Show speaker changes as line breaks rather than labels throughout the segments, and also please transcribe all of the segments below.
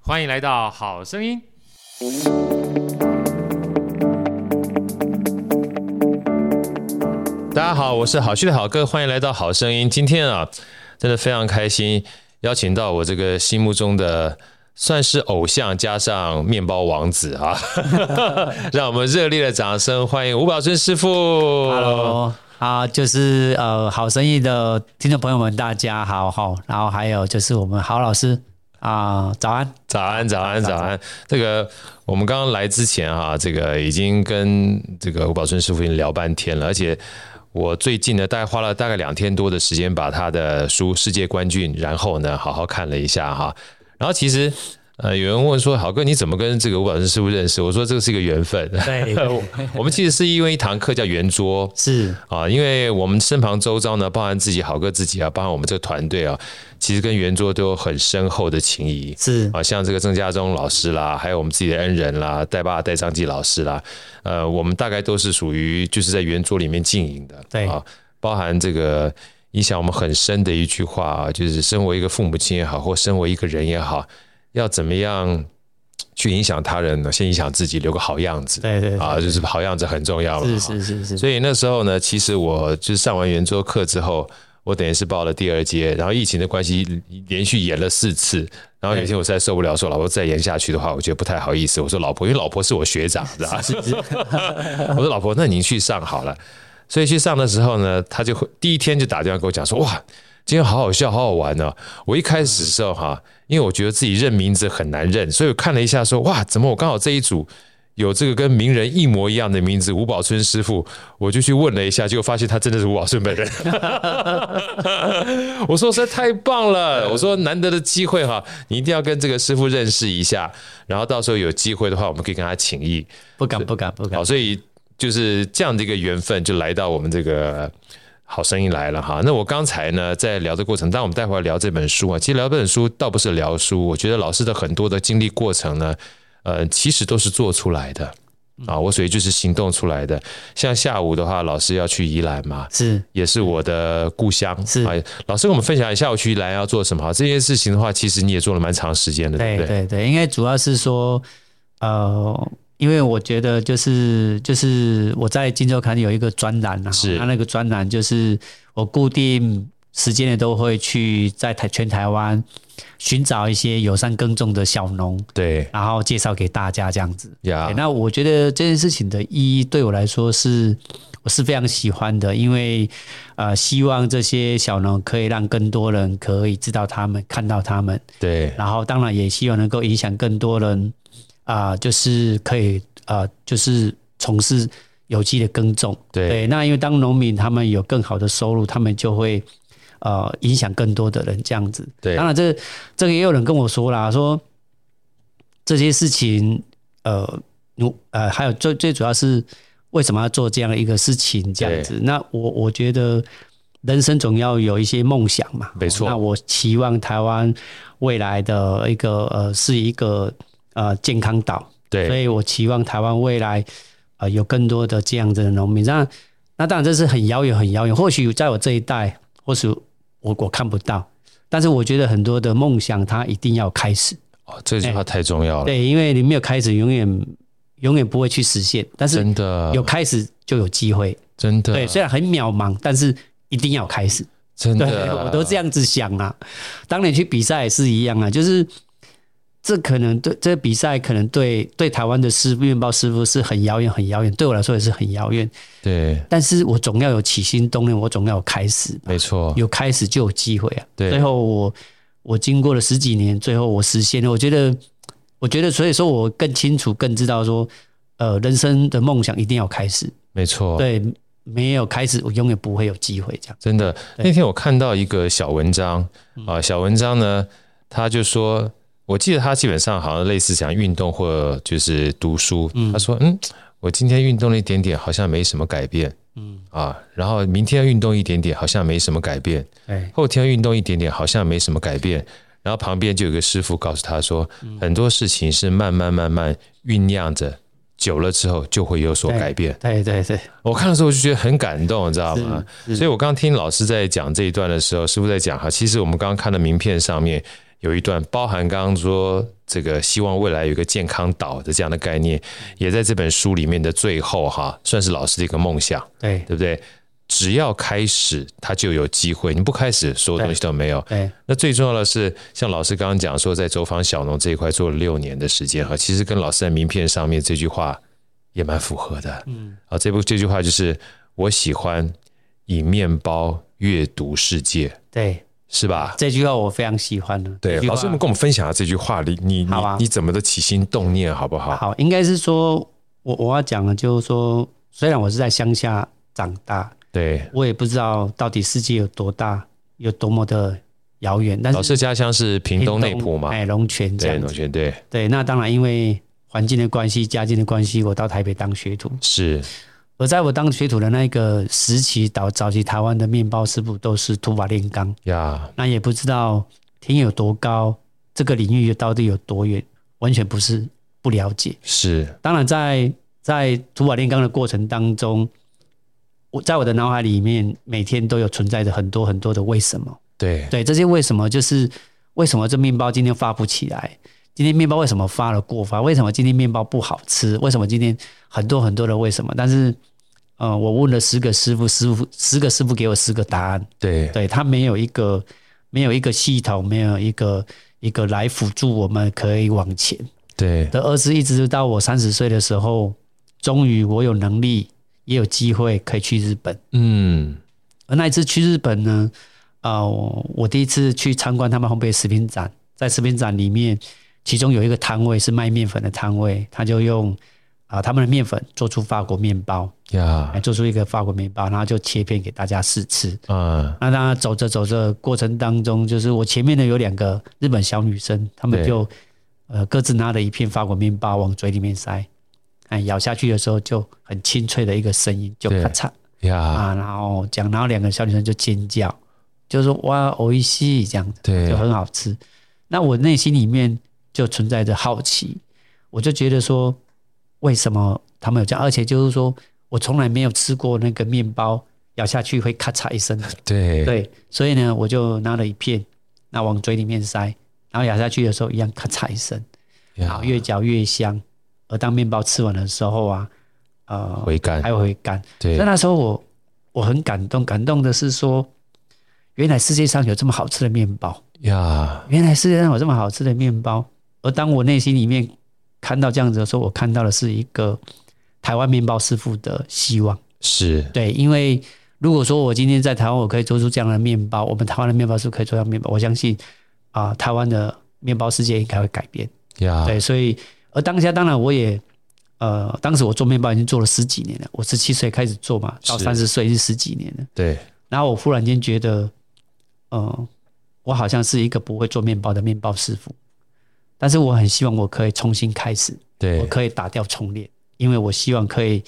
欢迎来到《好声音》。大家好，我是好趣的好哥，欢迎来到《好声音》。今天啊，真的非常开心，邀请到我这个心目中的算是偶像加上面包王子啊， 让我们热烈的掌声欢迎吴宝春师傅。
Hello，啊，就是呃，好生意的听众朋友们，大家好好，然后还有就是我们郝老师啊、早安，
早安，早安，早安。这个我们刚刚来之前啊，这个已经跟这个吴宝春师傅已经聊半天了，而且我最近呢，大概花了大概两天多的时间把他的书《世界冠军》，然后呢，好好看了一下哈。然后其实呃，有人问说，好哥你怎么跟这个吴宝春师傅认识？我说这个是一个缘分。
对
我我们其实是因为一堂课叫圆桌，
是
啊，因为我们身旁周遭呢，包含自己好哥自己啊，包含我们这个团队啊，其实跟圆桌都有很深厚的情谊。
是
啊，像这个郑家忠老师啦，还有我们自己的恩人啦，戴爸戴章基老师啦，呃，我们大概都是属于就是在圆桌里面经营的，
对
啊，包含这个影响我们很深的一句话啊，就是身为一个父母亲也好，或身为一个人也好，要怎么样去影响他人呢？先影响自己，留个好样子，
对对对
啊，就是好样子很重要了，
是
啊
是是是，
所以那时候呢，其实我就是上完圆桌课之后，我等于是报了第二届，然后疫情的关系，连续演了四次。然后有一天我实在受不了，说老婆再演下去的话，我觉得不太好意思。我说老婆，因为老婆是我学 长，知道吧？我说老婆，那您去上好了。所以去上的时候呢，他就会第一天就打电话跟我讲说，哇，今天好好笑，好好玩呢、我一开始的时候哈、因为我觉得自己认名字很难认，所以我看了一下说，哇，怎么我刚好这一组有这个跟名人一模一样的名字吴宝春师傅，我就去问了一下，结果发现他真的是吴宝春本人。 我说实在太棒了，我说难得的机会哈、你一定要跟这个师傅认识一下，然后到时候有机会的话，我们可以跟他请益。
不敢不敢不敢
好，，所以就是这样的一个缘分，就来到我们这个好声音来了哈。那我刚才呢，在聊的过程，当然我们待会儿聊这本书啊，其实聊这本书倒不是聊书，我觉得老师的很多的经历过程呢，呃，其实都是做出来的啊，我属于就是行动出来的。像下午的话，老师要去宜兰嘛，
是
也是我的故乡。
是
哎，老师跟我们分享一下，我去宜兰要做什么？这件事情的话，其实你也做了蛮长时间的，对
对
不对？
对对，应该主要是说，呃，因为我觉得就是就是我在《金周刊》有一个专栏啊，
是
那那个专栏就是我固定时间内都会去在台全台湾寻找一些友善耕种的小农，
对
然后介绍给大家这样子。
呀
对，哎那我觉得这件事情的意义对我来说是我是非常喜欢的，因为呃，希望这些小农可以让更多人可以知道他们、看到他们，
对
然后当然也希望能够影响更多人啊、就是可以啊、就是从事有机的耕种。
对
对，那因为当农民他们有更好的收入，他们就会呃影响更多的人这样子。
对
当然这这个也有人跟我说啦，说这些事情呃，如呃，还有最最主要是为什么要做这样一个事情这样子？那我我觉得。人生总要有一些梦想嘛，
没错
那我期望台湾未来的一个呃是一个呃健康岛，所
对
以我期望台湾未来呃有更多的这样子的农民。那那当然这是很遥远很遥远，或许在我这一代，或许我我看不到，但是我觉得很多的梦想它一定要开始，
哦，这句话太重要了，
对，因为你没有开始，永远永远不会去实现，但是
真的啊
有开始就有机会。
真的，
对，虽然很渺茫，但是一定要开始。
真
嗯对
的，，
我都这样子想啊。当年去比赛也是一样啊，就是这可能对这比赛可能对对台湾的师傅面包师傅是很遥远很遥远，对我来说也是很遥远。
对，
但是我总要有起心动念，我总要有开始，
没错，
有开始就有机会啊。
对
最后我我经过了十几年，最后我实现了。我觉得，我觉得，所以说我更清楚，更知道说，呃，人生的梦想一定要开始。
没错，
对，没有开始，我永远不会有机会这样。
真的。
对嗯
那天我看到一个小文章啊、小文章呢，他就说，我记得他基本上好像类似讲运动或就是读书，他说，嗯，我今天运动了一点点，好像没什么改变，嗯啊，然后明天运动一点点，好像没什么改变，
对，
后天运动一点点，好像没什么改变。然后旁边就有个师傅告诉他说，很多事情是慢慢慢慢酝酿着，久了之后就会有所
对
改变。
对对对，
我看的时候就觉得很感动，你知道吗？
是
所以我刚听老师在讲这一段的时候，师傅在讲哈，其实我们刚刚看的名片上面有一段，包含刚刚说这个希望未来有一个健康岛的这样的概念，也在这本书里面的最后哈，算是老师的一个梦想，
对
对不对？只要开始，它就有机会。你不开始，所有东西都没有。
对
那最重要的是，像老师刚刚讲说，在走访小农这一块做了六年的时间哈，其实跟老师在名片上面这句话也蛮符合的。嗯，啊，这部这句话就是我喜欢以面包阅读世界，
对，
是吧？
这句话我非常喜欢的。
对
这，句话
老师们跟我们分享下这句话里，你你、
好啊
你怎么的起心动念好不好？
好，应该是说我我要讲的就是说，虽然我是在乡下长大，
对，
我也不知道到底世界有多大，有多么的遥远，但是
老师家乡是屏东内埔嘛，
哎，龙泉这
对，
样
龙
子。
泉对
对，那当然因为环境的关系、家境的关系，我到台北当学徒。
是，
而在我当学徒的那个时期，早早期台湾的面包师傅都是土法炼钢，
呀，
那也不知道天有多高，这个领域到底有多远，完全不是不了解。
是
当然在，在土法炼钢的过程当中，我在我的脑海里面，每天都有存在着很多很多的为什么。
对
对，这些为什么就是为什么这面包今天发不起来？今天面包为什么发了过发？为什么今天面包不好吃？为什么今天很多很多的为什么？但是，呃，我问了十个师傅，师傅十个师傅给我十个答案，
对
对他没有一个没有一个系统，没有一个一个来辅助我们可以往前。
对
的儿子一直到我三十岁的时候，终于我有能力也有机会可以去日本。
嗯，
而那一次去日本呢，啊、我我第一次去参观他们烘焙食品展，在食品展里面，其中有一个摊位是卖面粉的摊位，他就用啊、他们的面粉做出法国面包，
呀
哎，，做出一个法国面包，然后就切片给大家试吃。
啊，
那当然走着走着过程当中，就是我前面呢有两个日本小女生，她们
对
就呃各自拿了一片法国面包往嘴里面塞，哎，咬下去的时候就很清脆的一个声音，就
对
咔嚓
呀，
啊，然后讲，然后两个小女生就尖叫，就说哇，欧一西这样子，
对
就很好吃。那我内心里面就存在着好奇，我就觉得说，为什么他们有这样？而且就是说我从来没有吃过那个面包咬下去会咔嚓一声的，
对
对，所以呢，我就拿了一片，那往嘴里面塞，然后咬下去的时候一样咔嚓一声，然
呀
后，越嚼越香。而当面包吃完的时候啊，呃，
回甘，
还会干。
对
所以那时候我我很感动，感动的是说，原来世界上有这么好吃的面包，
呀，
原来世界上有这么好吃的面包。而当我内心里面看到这样子的时候，我看到的是一个台湾面包师傅的希望。
是
对，因为如果说我今天在台湾，我可以做出这样的面包，我们台湾的面包师傅可以做到面包，我相信啊、台湾的面包世界应该会改变。
呀，
对，所以而当下当然我也呃，当时我做面包已经做了十几年了，我十七岁开始做嘛，到
是
三十岁是十几年了。
对
然后我忽然间觉得，呃，我好像是一个不会做面包的面包师傅，但是我很希望我可以重新开始，我
对
可以打掉重练，因为我希望可以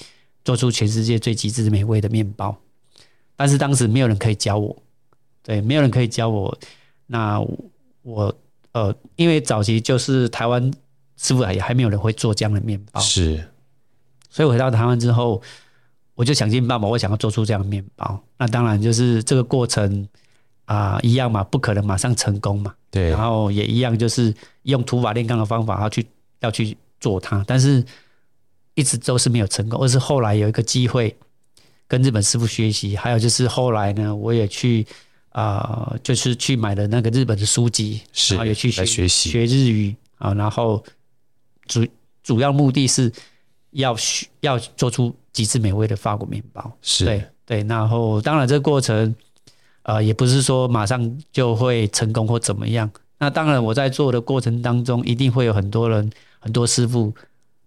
做出全世界最极致美味的面包。但是当时没有人可以教我，对，没有人可以教我。那我呃，因为早期就是台湾师傅也还没有人会做这样的面包，
是，
所以回到台湾之后，我就想尽办法，我想要做出这样的面包。那当然就是这个过程啊、一样嘛，不可能马上成功嘛。
对
然后也一样，就是用土法炼钢的方法，要去要去做它，但是一直都是没有成功。而是后来有一个机会跟日本师傅学习，还有就是后来呢，我也去啊、呃就是去买了那个日本的书籍，
是
然后也去学
来学习，
学日语啊，然后主主要目的是要学要做出极致美味的法国面包。对
是
对，然后当然这个过程，呃，也不是说马上就会成功或怎么样。那当然我在做的过程当中，一定会有很多人、很多师傅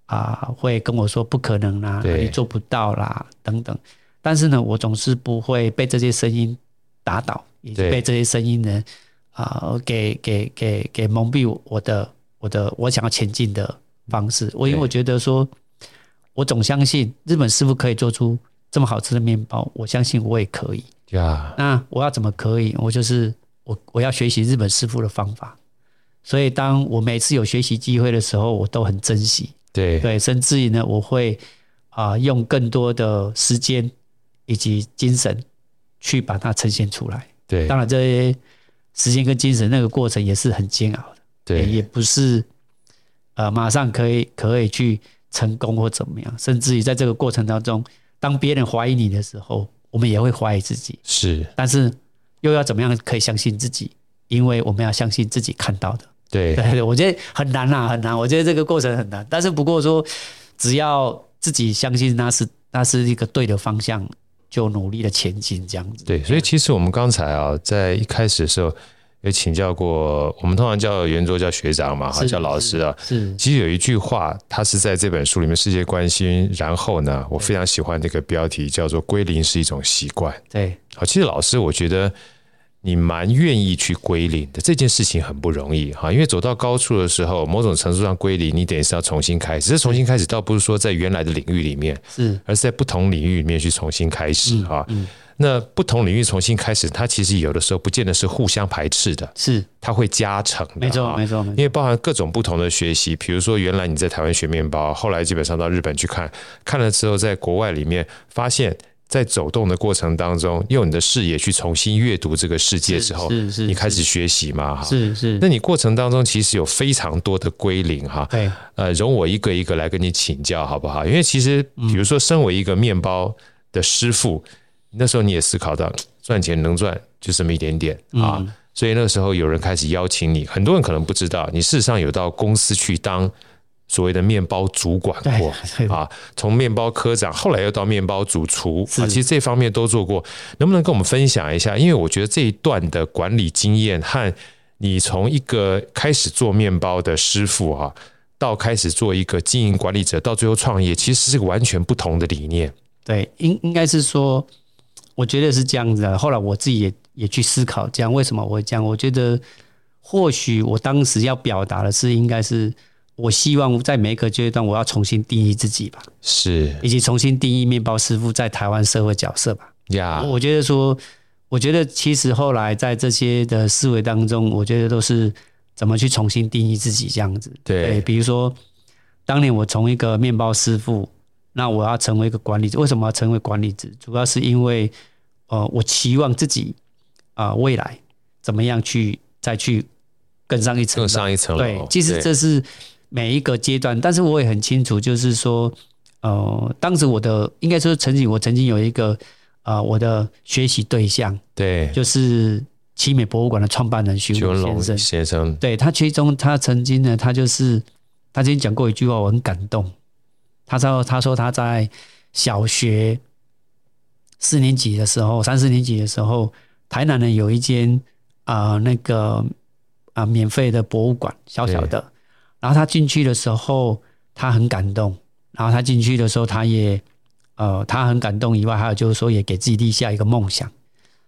啊、会跟我说不可能啦，
对
你做不到啦等等。但是呢，我总是不会被这些声音打倒，以及
对
被这些声音呢啊、给给给给蒙蔽我的我的我想要前进的方式。我因为
对
我觉得说，我总相信日本师傅可以做出这么好吃的面包，我相信我也可以。
呀，
那我要怎么可以？我就是我我要学习日本师傅的方法。所以，当我每次有学习机会的时候，我都很珍惜。
对
对，甚至于呢，我会啊、用更多的时间以及精神去把它呈现出来。
对
当然，这些时间跟精神那个过程也是很煎熬的，也
对
也不是呃马上可以可以去成功或怎么样，甚至于在这个过程当中，当别人怀疑你的时候，我们也会怀疑自己，
是
但是又要怎么样可以相信自己？因为我们要相信自己看到的。
对
对对，我觉得很难啦、很难。我觉得这个过程很难，但是不过说，只要自己相信那是那是一个对的方向，就努力的前进这样子。
对，所以其实我们刚才啊，在一开始的时候有请教过，我们通常叫圆桌叫学长嘛，哈，
是
叫老师啊。
是
其实有一句话，它是在这本书里面《世界关心》，然后呢，我非常喜欢这个标题，叫做“归零是一种习惯”。
对
好，其实老师，我觉得你蛮愿意去归零的，这件事情很不容易哈，因为走到高处的时候，某种程度上归零，你等于是要重新开始。这重新开始倒不是说在原来的领域里面，
是
而是在不同领域里面去重新开始
嗯
哈。那不同领域重新开始，它其实有的时候不见得是互相排斥的，
是，
它会加成的。
没错
哈
没错没
因
错，
为包含各种不同的学习，比如说原来你在台湾学面包，后来基本上到日本去看，看了之后在国外里面发现，在走动的过程当中，用你的视野去重新阅读这个世界之后，
是是
你开始学习嘛哈。
是是
那，你过程当中其实有非常多的归零哈，
对
呃，容我一个一个来跟你请教好不好？因为其实
嗯
比如说，身为一个面包的师傅，那时候你也思考到赚钱能赚就这么一点点啊。
嗯
所以那时候有人开始邀请你，很多人可能不知道，你事实上有到公司去当所谓的面包主管
对
过
对
啊，从面包科长，后来又到面包主厨
是
啊，其实这方面都做过，能不能跟我们分享一下？因为我觉得这一段的管理经验和你从一个开始做面包的师傅哈、啊，到开始做一个经营管理者，到最后创业，其实是个完全不同的理念。
对，应应该是说，我觉得是这样子啊的。后来我自己也也去思考，这样为什么我会这样？我觉得或许我当时要表达的是，应该是我希望在每一个阶段，我要重新定义自己吧，
是
以及重新定义面包师傅在台湾社会角色吧。
呀
我我觉得说，我觉得其实后来在这些的思维当中，我觉得都是怎么去重新定义自己这样子。
对
比如说，当年我从一个面包师傅，那我要成为一个管理者，为什么要成为管理者？主要是因为，呃，我期望自己啊、呃未来怎么样去再去更上一层楼，
更上一层
对
楼。，
其实这是每一个阶段，但是我也很清楚，就是说，呃，当时我的应该说曾经我曾经有一个呃我的学习对象，
对
就是奇美博物馆的创办人徐
徐文
文
龙
龙先生。
先生
对他，其中他曾经呢，他就是他曾经讲过一句话，我很感动。他说他说他在小学四年级的时候，三四年级的时候，台南呢有一间啊、呃那个啊、呃免费的博物馆，小小的。然后他进去的时候，他很感动。然后他进去的时候，他也呃，他很感动以外，还有就是说，也给自己立下一个梦想。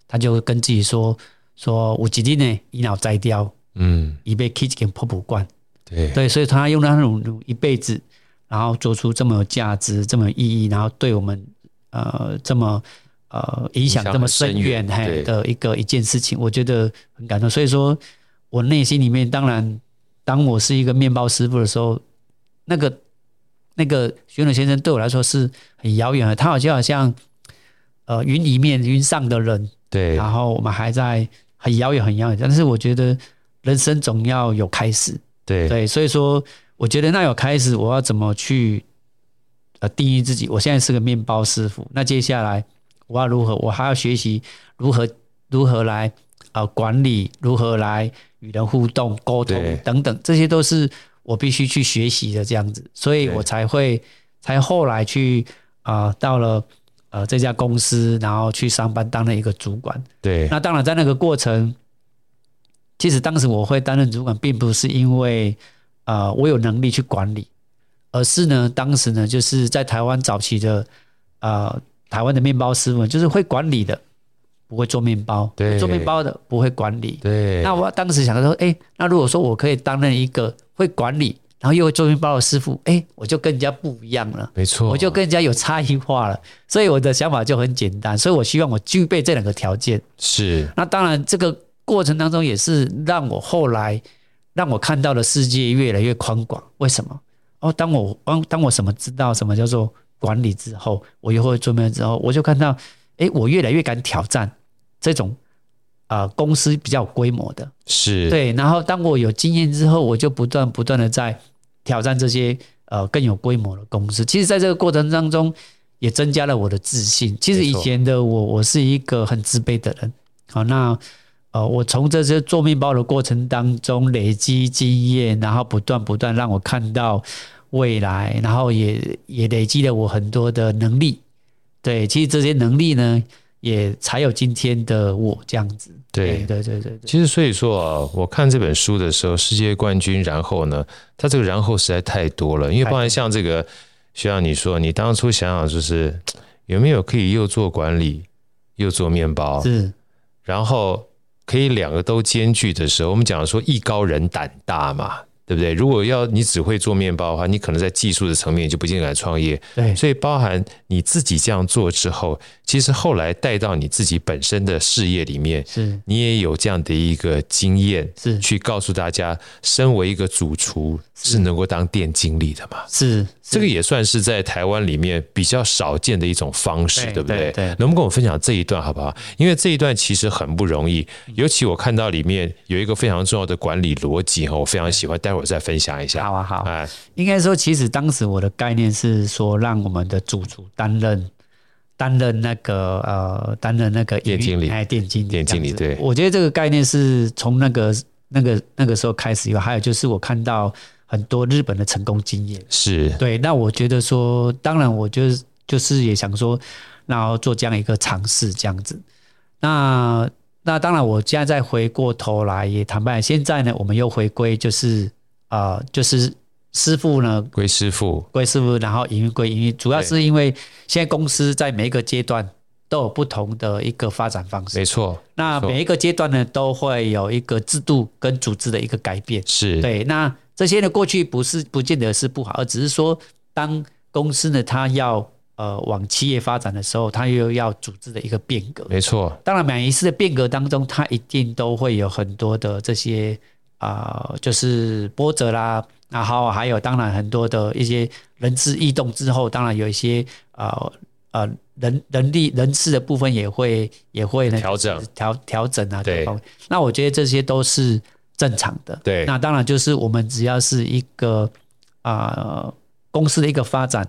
他就跟自己说说，我今天呢，一脑摘掉，
嗯，
一辈 k i d 跟破布罐，
对
对，所以他用他努力一辈子，然后做出这么有价值、这么有意义，然后对我们呃这么呃影响
影响
这么
很深
深远
远对
嘿的一个一件事情，我觉得很感动。所以说我内心里面，当然当我是一个面包师傅的时候，那个那个玄冷先生对我来说是很遥远的，他好像好像呃云里面云上的人，
对
然后我们还在很遥远、很遥远，但是我觉得人生总要有开始，
对
对，所以说我觉得那有开始，我要怎么去呃定义自己？我现在是个面包师傅，那接下来我要如何？我还要学习如何如何来呃管理，如何来与人互动、沟
对
通等等，这些都是我必须去学习的这样子，所以
对
我才会才后来去啊、呃到了。呃，这家公司，然后去上班当了一个主管，
对
那当然，在那个过程，其实当时我会担任主管，并不是因为呃我有能力去管理，而是呢，当时呢就是在台湾早期的呃台湾的面包师傅，就是会管理的，不会做面包；
对
做面包的不会管理。
对，
那我当时想说，哎、那如果说我可以担任一个会管理，然后又会做面包的师傅，哎、我就跟人家不一样了。
没错，
我就跟人家有差异化了，所以我的想法就很简单，所以我希望我具备这两个条件，
是
那当然，这个过程当中也是让我后来让我看到的世界越来越宽广。为什么？哦，当我当当我什么知道什么叫做管理之后，我又会做面之后，我就看到，诶，我越来越敢挑战这种呃公司比较有规模的。
是，
对，然后当我有经验之后，我就不断不断的在挑战这些呃更有规模的公司。其实，在这个过程当中，也增加了我的自信。其实
没
以
错
前的我，我是一个很自卑的人。好，那呃，我从这些做面包的过程当中累积经验，然后不断不断让我看到未来，然后也也累积了我很多的能力。对，其实这些能力呢，也才有今天的我这样子。哎
对
对对对对，
其实所以说啊，我看这本书的时候，世界冠军，然后呢，他这个然后实在太多了，因为包含像这个学长你说，你当初想想就是嘖有没有可以又做管理又做面包，
是
然后可以两个都兼具的时候，我们讲说艺高人胆大嘛，对不对？如果要你只会做面包的话，你可能在技术的层面就不进来创业，
对。
所以包含你自己这样做之后，其实后来带到你自己本身的事业里面，
是
你也有这样的一个经验，
是
去告诉大家，身为一个主厨是能够当店经理的嘛？
是
这个也算是在台湾里面比较少见的一种方式，
对
对不对？
对对
能不能跟我分享这一段好不好？因为这一段其实很不容易，
嗯
尤其我看到里面有一个非常重要的管理逻辑哈，我非常喜欢，待会儿再分享一下。
好啊好，
哎，
应该说，其实当时我的概念是说，让我们的主厨担任担任那个呃担任那个
店经理
营运哎店经理
店经理
这样子
对
我觉得这个概念是从那个那个那个时候开始以后，还有就是我看到很多日本的成功经验，
是
对，那我觉得说，当然，我就是就是也想说，然后做这样一个尝试，这样子。那那当然，我现在再回过头来，也坦白，现在呢，我们又回归就是呃，就是师傅呢
龟师傅，
归师傅，然后营运归营运，主要
对
是因为现在公司在每一个阶段都有不同的一个发展方式
没，错，
那
错
每一个阶段呢都会有一个制度跟组织的一个改变。
是
对，那这些呢，过去不是不见得是不好，而只是说，当公司呢，它要呃往企业发展的时候，它又要组织的一个变革。
没错，
当然，每一次的变革当中，它一定都会有很多的这些啊、呃就是波折啦，然后还有当然很多的一些人事异动之后，当然有一些呃呃人人力人事的部分也会也会呢
调整
调调整啊，
对
各方面。那我觉得这些都是正常的。
对
那当然就是我们只要是一个啊、呃公司的一个发展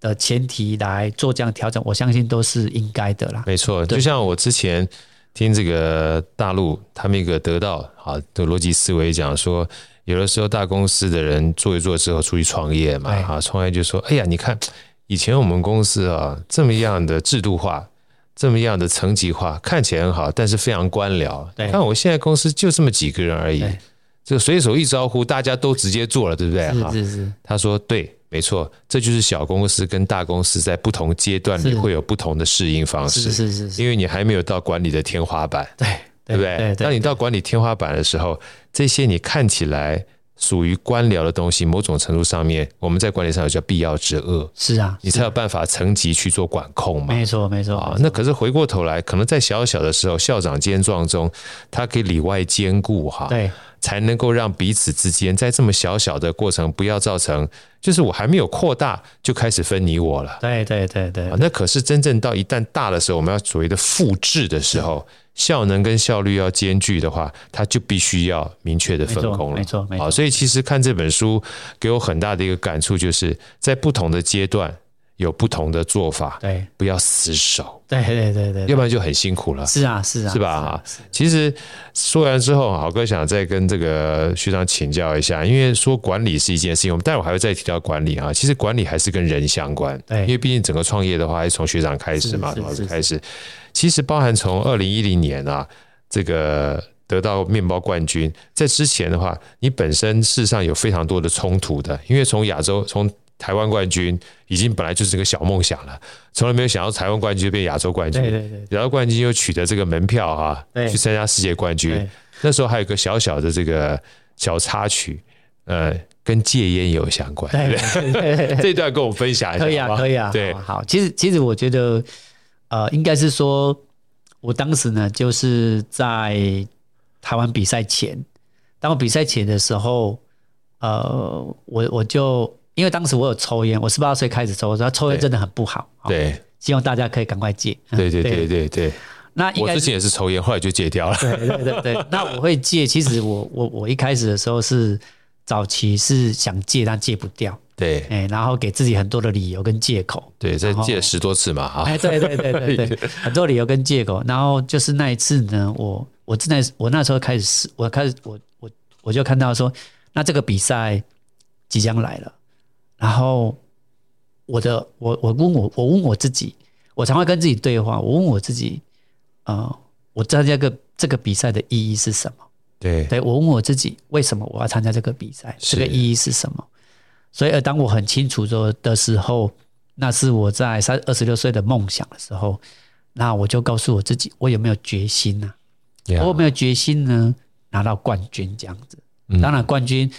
的前提来做这样调整，我相信都是应该的啦。
没错，就像我之前听这个大陆他们一个得到啊的逻辑思维讲说，有的时候大公司的人做一做之后出去创业嘛，
哎
啊，创业就说，哎呀，你看以前我们公司啊这么样的制度化。这么样的层级化看起来很好，但是非常官僚。
对
看我现在公司就这么几个人而已
对，
就随手一招呼，大家都直接做了，对不对？哈
是是是，
他说：“对，没错，这就是小公司跟大公司在不同阶段里
是
会有不同的适应方式，
是是是是，
因为你还没有到管理的天花板，
对
对不对？
对
当
对
你到管理天花板的时候，这些你看起来属于官僚的东西，某种程度上面，我们在管理上有叫必要之恶，
是嗯啊，
你才有办法层级去做管控嘛。”
没错没错
啊，那可是回过头来，可能在小小的时候，校长兼撞中，他可以里外兼顾哈。
对
才能够让彼此之间在这么小小的过程不要造成，就是我还没有扩大就开始分你我了。
对对对对
啊，，那可是真正到一旦大的时候，我们要所谓的复制的时
嗯
候，效能跟效率要兼具的话，它就必须要明确的分工了。
没错没错没错
好，所以其实看这本书给我很大的一个感触，就是在不同的阶段有不同的做法，
对
不要死守，
对对对对，
要不然就很辛苦了。
是啊是啊
是吧？哈，其实说完之后，好哥想再跟这个学长请教一下，因为说管理是一件事情，我们待会还会再提到管理啊。其实管理还是跟人相关，
对
因为毕竟整个创业的话，还是从学长开始嘛，
是是
从老师
是是
开始。其实包含从二零一零年啊，这个得到面包冠军，在之前的话，你本身事实上有非常多的冲突的，因为从亚洲从台湾冠军已经本来就是个小梦想了，从来没有想到台湾冠军就变亚洲冠军，
对对对
然后冠军又取得这个门票啊，
对
去参加世界冠军
对。
那时候还有一个小小的这个小插曲，呃，跟戒烟有相关。
对对对对。
这一段跟我们分享一下，
可以啊，
好不好
可以啊，
对
好，好。其实其实我觉得，呃，应该是说，我当时呢就是在台湾比赛前，当我比赛前的时候，呃，我我就因为当时我有抽烟，我十八岁开始抽，我说抽烟
对
真的很不好，好
对
希望大家可以赶快戒。嗯
对对对对对，
那应
我
该
之
是
前也是抽烟，后来就戒掉了。
对对对对，那我会戒。其实我我我一开始的时候是早期是想戒但戒不掉，
对
哎，然后给自己很多的理由跟借口，
对，再
然后
借十多次嘛啊，
哎，对对对对对，很多理由跟借口。然后就是那一次呢，我我正在我那时候开始试，我开始我我我就看到说，那这个比赛即将来了，然后我的我我问我我问我自己，我常会跟自己对话，我问我自己，呃，我参加这个这个比赛的意义是什么？
对
对我问我自己，为什么我要参加这个比赛？
是
这个意义是什么？所以，呃，当我很清楚的的时候，那是我在三二十六岁的梦想的时候，那我就告诉我自己，我有没有决心呢、
呀
我有没有决心呢？拿到冠军这样子
嗯，
当然冠军，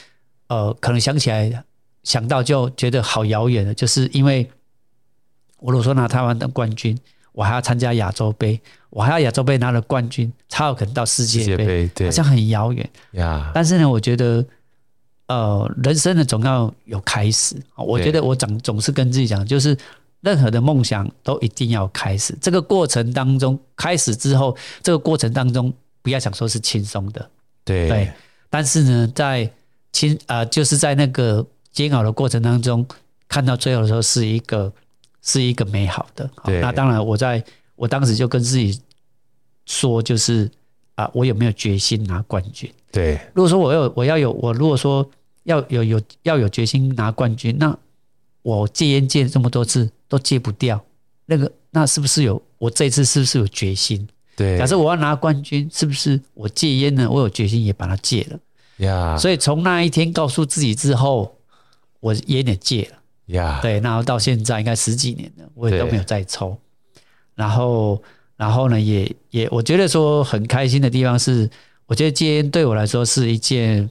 呃，可能想起来想到就觉得好遥远了，就是因为我如果说拿台湾的冠军，我还要参加亚洲杯，我还要亚洲杯拿了冠军，才有可能到世
世界
界杯，
杯对
好像很遥远。
呀，
但是呢，我觉得，呃，人生呢总要有开始。哦我
对
觉得我总总是跟自己讲，就是任何的梦想都一定要开始。这个过程当中，开始之后，这个过程当中不要想说是轻松的，
对
对。但是呢，在轻呃，就是在那个煎熬的过程当中，看到最后的时候是一个是一个美好的。好
对
那当然，我在我当时就跟自己说，就是啊、我有没有决心拿冠军？
对
如果说我有我要有我如果说要有有要有决心拿冠军，那我戒烟戒这么多次都戒不掉，那个那是不是有我这一次是不是有决心？
对，
假设我要拿冠军，是不是我戒烟呢？我有决心也把它戒了。
呀
所以从那一天告诉自己之后，我烟也戒了。
呀
对，然后到现在应该十几年了，我也
对
都没有再抽。然后，然后呢，也也我觉得说很开心的地方是，我觉得戒烟对我来说是一件，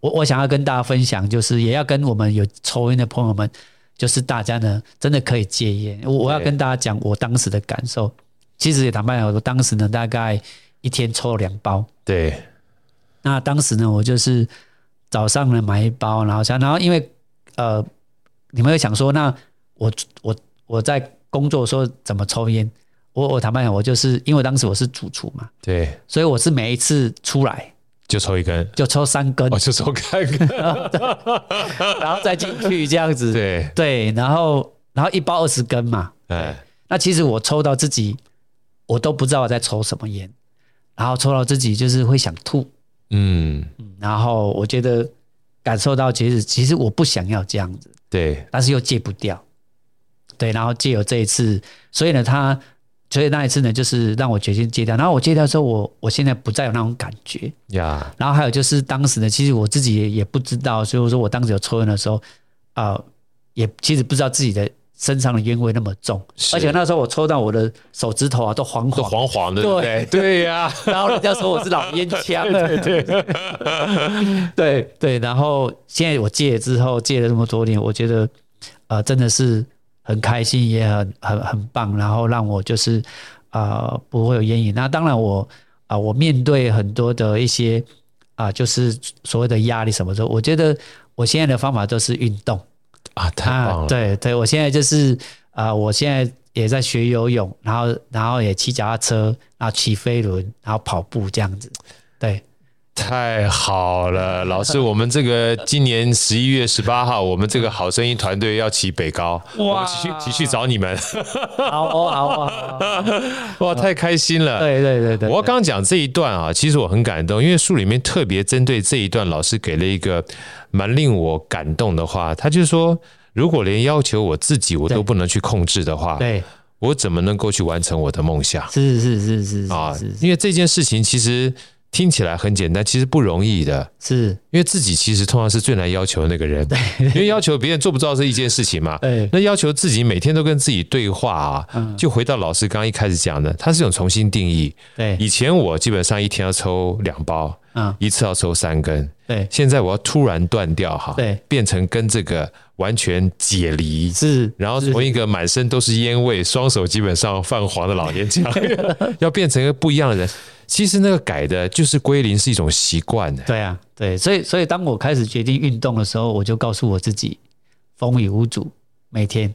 我我想要跟大家分享，就是也要跟我们有抽烟的朋友们，就是大家呢真的可以戒烟。我我要
对
跟大家讲我当时的感受，其实也坦白讲，我当时呢大概一天抽了两包。
对
那当时呢，我就是早上呢买一包，然后想，然后因为呃，你们会想说，那我我我在工作的时候怎么抽烟？我我坦白讲，我就是因为当时我是主厨嘛，
对，
所以我是每一次出来
就抽一根，
就抽三根，
我就抽看 看，
然后再进去这样子。
对，
对，然后然后一包二十根嘛。
哎，
那其实我抽到自己，我都不知道我在抽什么烟，然后抽到自己就是会想吐，
嗯，
然后我觉得感受到其实其实我不想要这样子。
对
但是又戒不掉。对，然后借由这一次，所以呢，他所以那一次呢，就是让我决心戒掉。然后我戒掉之后，我我现在不再有那种感觉。
呀，
然后还有就是当时呢，其实我自己也也不知道，所以我说我当时有抽烟的时候，啊、也其实不知道自己的身上的烟味那么重，
是
而且那时候我抽到我的手指头啊都黄
都黄
黄，
黄的，对不对？ 对呀，
然后人家说我是老烟枪了， 对对 对对，然后现在我戒了之后，戒了这么多年，我觉得呃真的是很开心，也很很很棒，然后让我就是呃不会有烟瘾。那当然我啊、我面对很多的一些啊、就是所谓的压力什么时候，我觉得我现在的方法都是运动。
啊，太棒
啊、
了，
对对，我现在就是呃，我现在也在学游泳，然后然后也骑脚踏车，然后骑飞轮，然后跑步这样子。对，
太好 了，老师，我们这个今年十一月十八号，我们这个好声音团队要骑北高，我们急去急去找你 们，
好哦好哦，好哦
哇，太开心了。
对对对对，
我刚刚讲这一段啊，其实我很感动，因为书里面特别针对这一段，老师给了一个蛮令我感动的话，他就说，如果连要求我自己我都
对
不能去控制的话，
对
我怎么能够去完成我的梦想
是是是是
啊
是是？
因为这件事情其实听起来很简单，其实不容易的。
是，
因为自己其实通常是最难要求的那个人，因为要求别人做不到是一件事情嘛。
对
那要求自己每天都跟自己对话啊，
嗯
就回到老师刚刚一开始讲的，它是一种重新定义。
对
以前我基本上一天要抽两包，
嗯
一次要抽三根，
对
现在我要突然断掉哈，
对，
变成跟这个完全解离，
是
然后从一个满身都是烟味、双手基本上泛黄的老年 强，
啊
要变成一个不一样的人。其实那个改的就是归零是一种习惯欸的，
对啊对，所以所以当我开始决定运动的时候，我就告诉我自己风雨无阻，每天。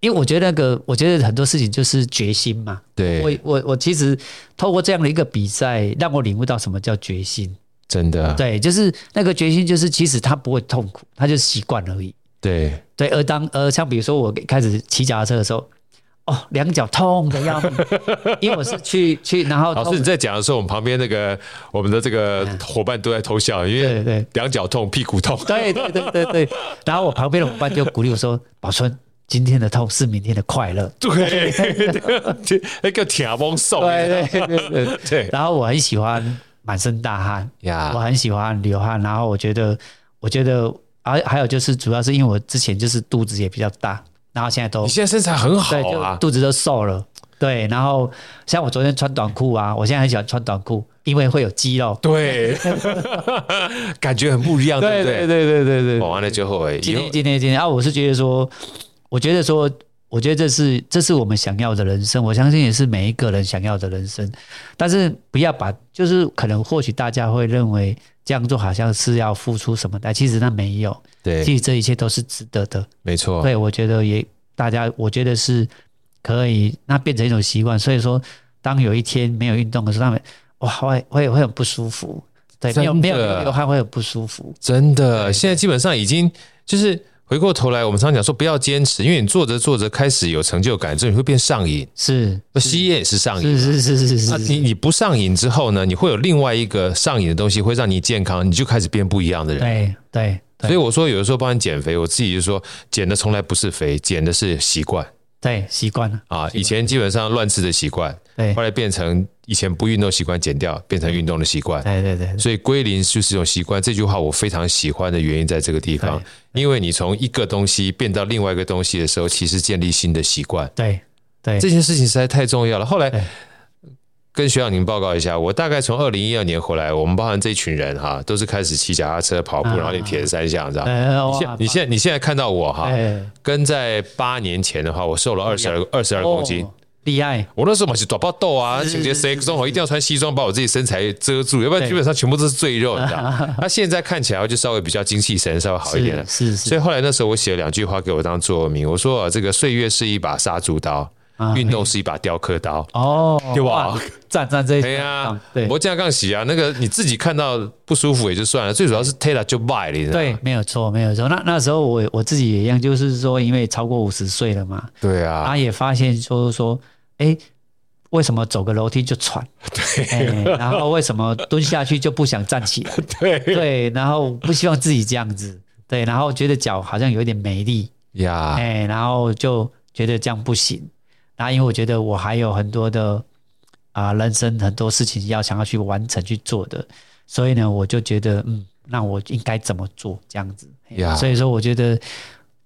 因为我觉得那个，我觉得很多事情就是决心嘛，
对
我我我其实透过这样的一个比赛，让我领悟到什么叫决心。
真的，
对，就是那个决心，就是其实他不会痛苦，他就是习惯而已。
对
对，而当而像比如说我开始骑脚踏车的时候，哦，两脚痛的要命，因为我是去去，然后
老师你在讲的时候，我们旁边那个我们的这个伙伴都在偷笑，因
对
为
对
两脚痛、屁股痛，
对对对对对，然后我旁边的伙伴就鼓励我说：“宝春，今天的痛是明天的快乐。
对，这个 那个铁翁送，
对”对对对对。
对
然后我很喜欢满身大汗，我
呀，
很喜欢流汗，然后我觉得，我觉得，还还有就是，主要是因为我之前就是肚子也比较大，然后现在都
你现在身材很好
对，就
啊，
肚子都瘦了。对，然后像我昨天穿短裤啊，我现在很喜欢穿短裤，因为会有肌肉。
对， 感觉很不一样，对不
对哦对对对
我完了之后，哎，以
今
后
天今天今天啊，我是觉得说，我觉得说，我觉得这是这是我们想要的人生，我相信也是每一个人想要的人生。但是不要把，就是可能或许大家会认为这样做好像是要付出什么但其实那没有，其
对，
实这一切都是值得的。
没错，
对，我觉得也大家，我觉得是可以，那变成一种习惯。所以说，当有一天没有运动的时候，他们哇会会会很不舒服。对，没有
真的
没有流汗会很不舒服。
真的，现在基本上已经就是回过头来，我们常讲说不要坚持，因为你做着做着开始有成就感之后，你会变上瘾，
是
吸烟也是上瘾。
是是是是
那
是
你
是，
你不上瘾之后呢，你会有另外一个上瘾的东西，会让你健康，你就开始变不一样的人。
对对
所以
对
我说，有的时候帮你减肥，我自己就说，减的从来不是肥，减的是习惯
对，习惯了。
啊。以前基本上乱吃的习惯，
对
后来变成以前不运动习惯减掉，变成运动的习惯。
对对对，
所以归零就是一种习惯。这句话我非常喜欢的原因在这个地方
对，
因为你从一个东西变到另外一个东西的时候，其实建立新的习惯，
对对
这件事情实在太重要了。后来
对
跟学长您报告一下，我大概从二零一二年回来，我们包含这一群人哈，都是开始骑脚踏车、跑步，
啊
然后练铁人三项，这样。
呃，
你现你现在你现在看到我哈，
哎，
跟在八年前的话，我瘦了二十二二十二公斤。
哦厉害，
我那时候嘛是短爆痘啊，
是
请节谁中我一定要穿西装把我自己身材遮住，要不然基本上全部都是赘肉，你知道 吗。那现在看起来我就稍微比较精气神，稍微好一点了
是。是是
所以后来那时候我写了两句话给我当座右铭，我说、啊、这个岁月是一把杀猪刀，
啊
运动是一把雕刻刀。
哦，
对吧
哇？赞赞这一
哎呀
啊，对
我这样杠洗啊，那个你自己看到不舒服也就算了，最主要是 Taylor 就卖了，你知道吗
对，没有错，没有错。那那时候我我自己也一样，就是说，因为超过五十岁了嘛，
对
他、
啊，
也发现说说，哎，为什么走个楼梯就喘？对、然后为什么蹲下去就不想站起来？
对
对，然后不希望自己这样子，对，然后觉得脚好像有一点没力，
呀，
哎、然后就觉得这样不行。那因为我觉得我还有很多的啊、人生很多事情要想要去完成去做的，所以呢，我就觉得嗯，那我应该怎么做这样子？嘿
呀
所以说，我觉得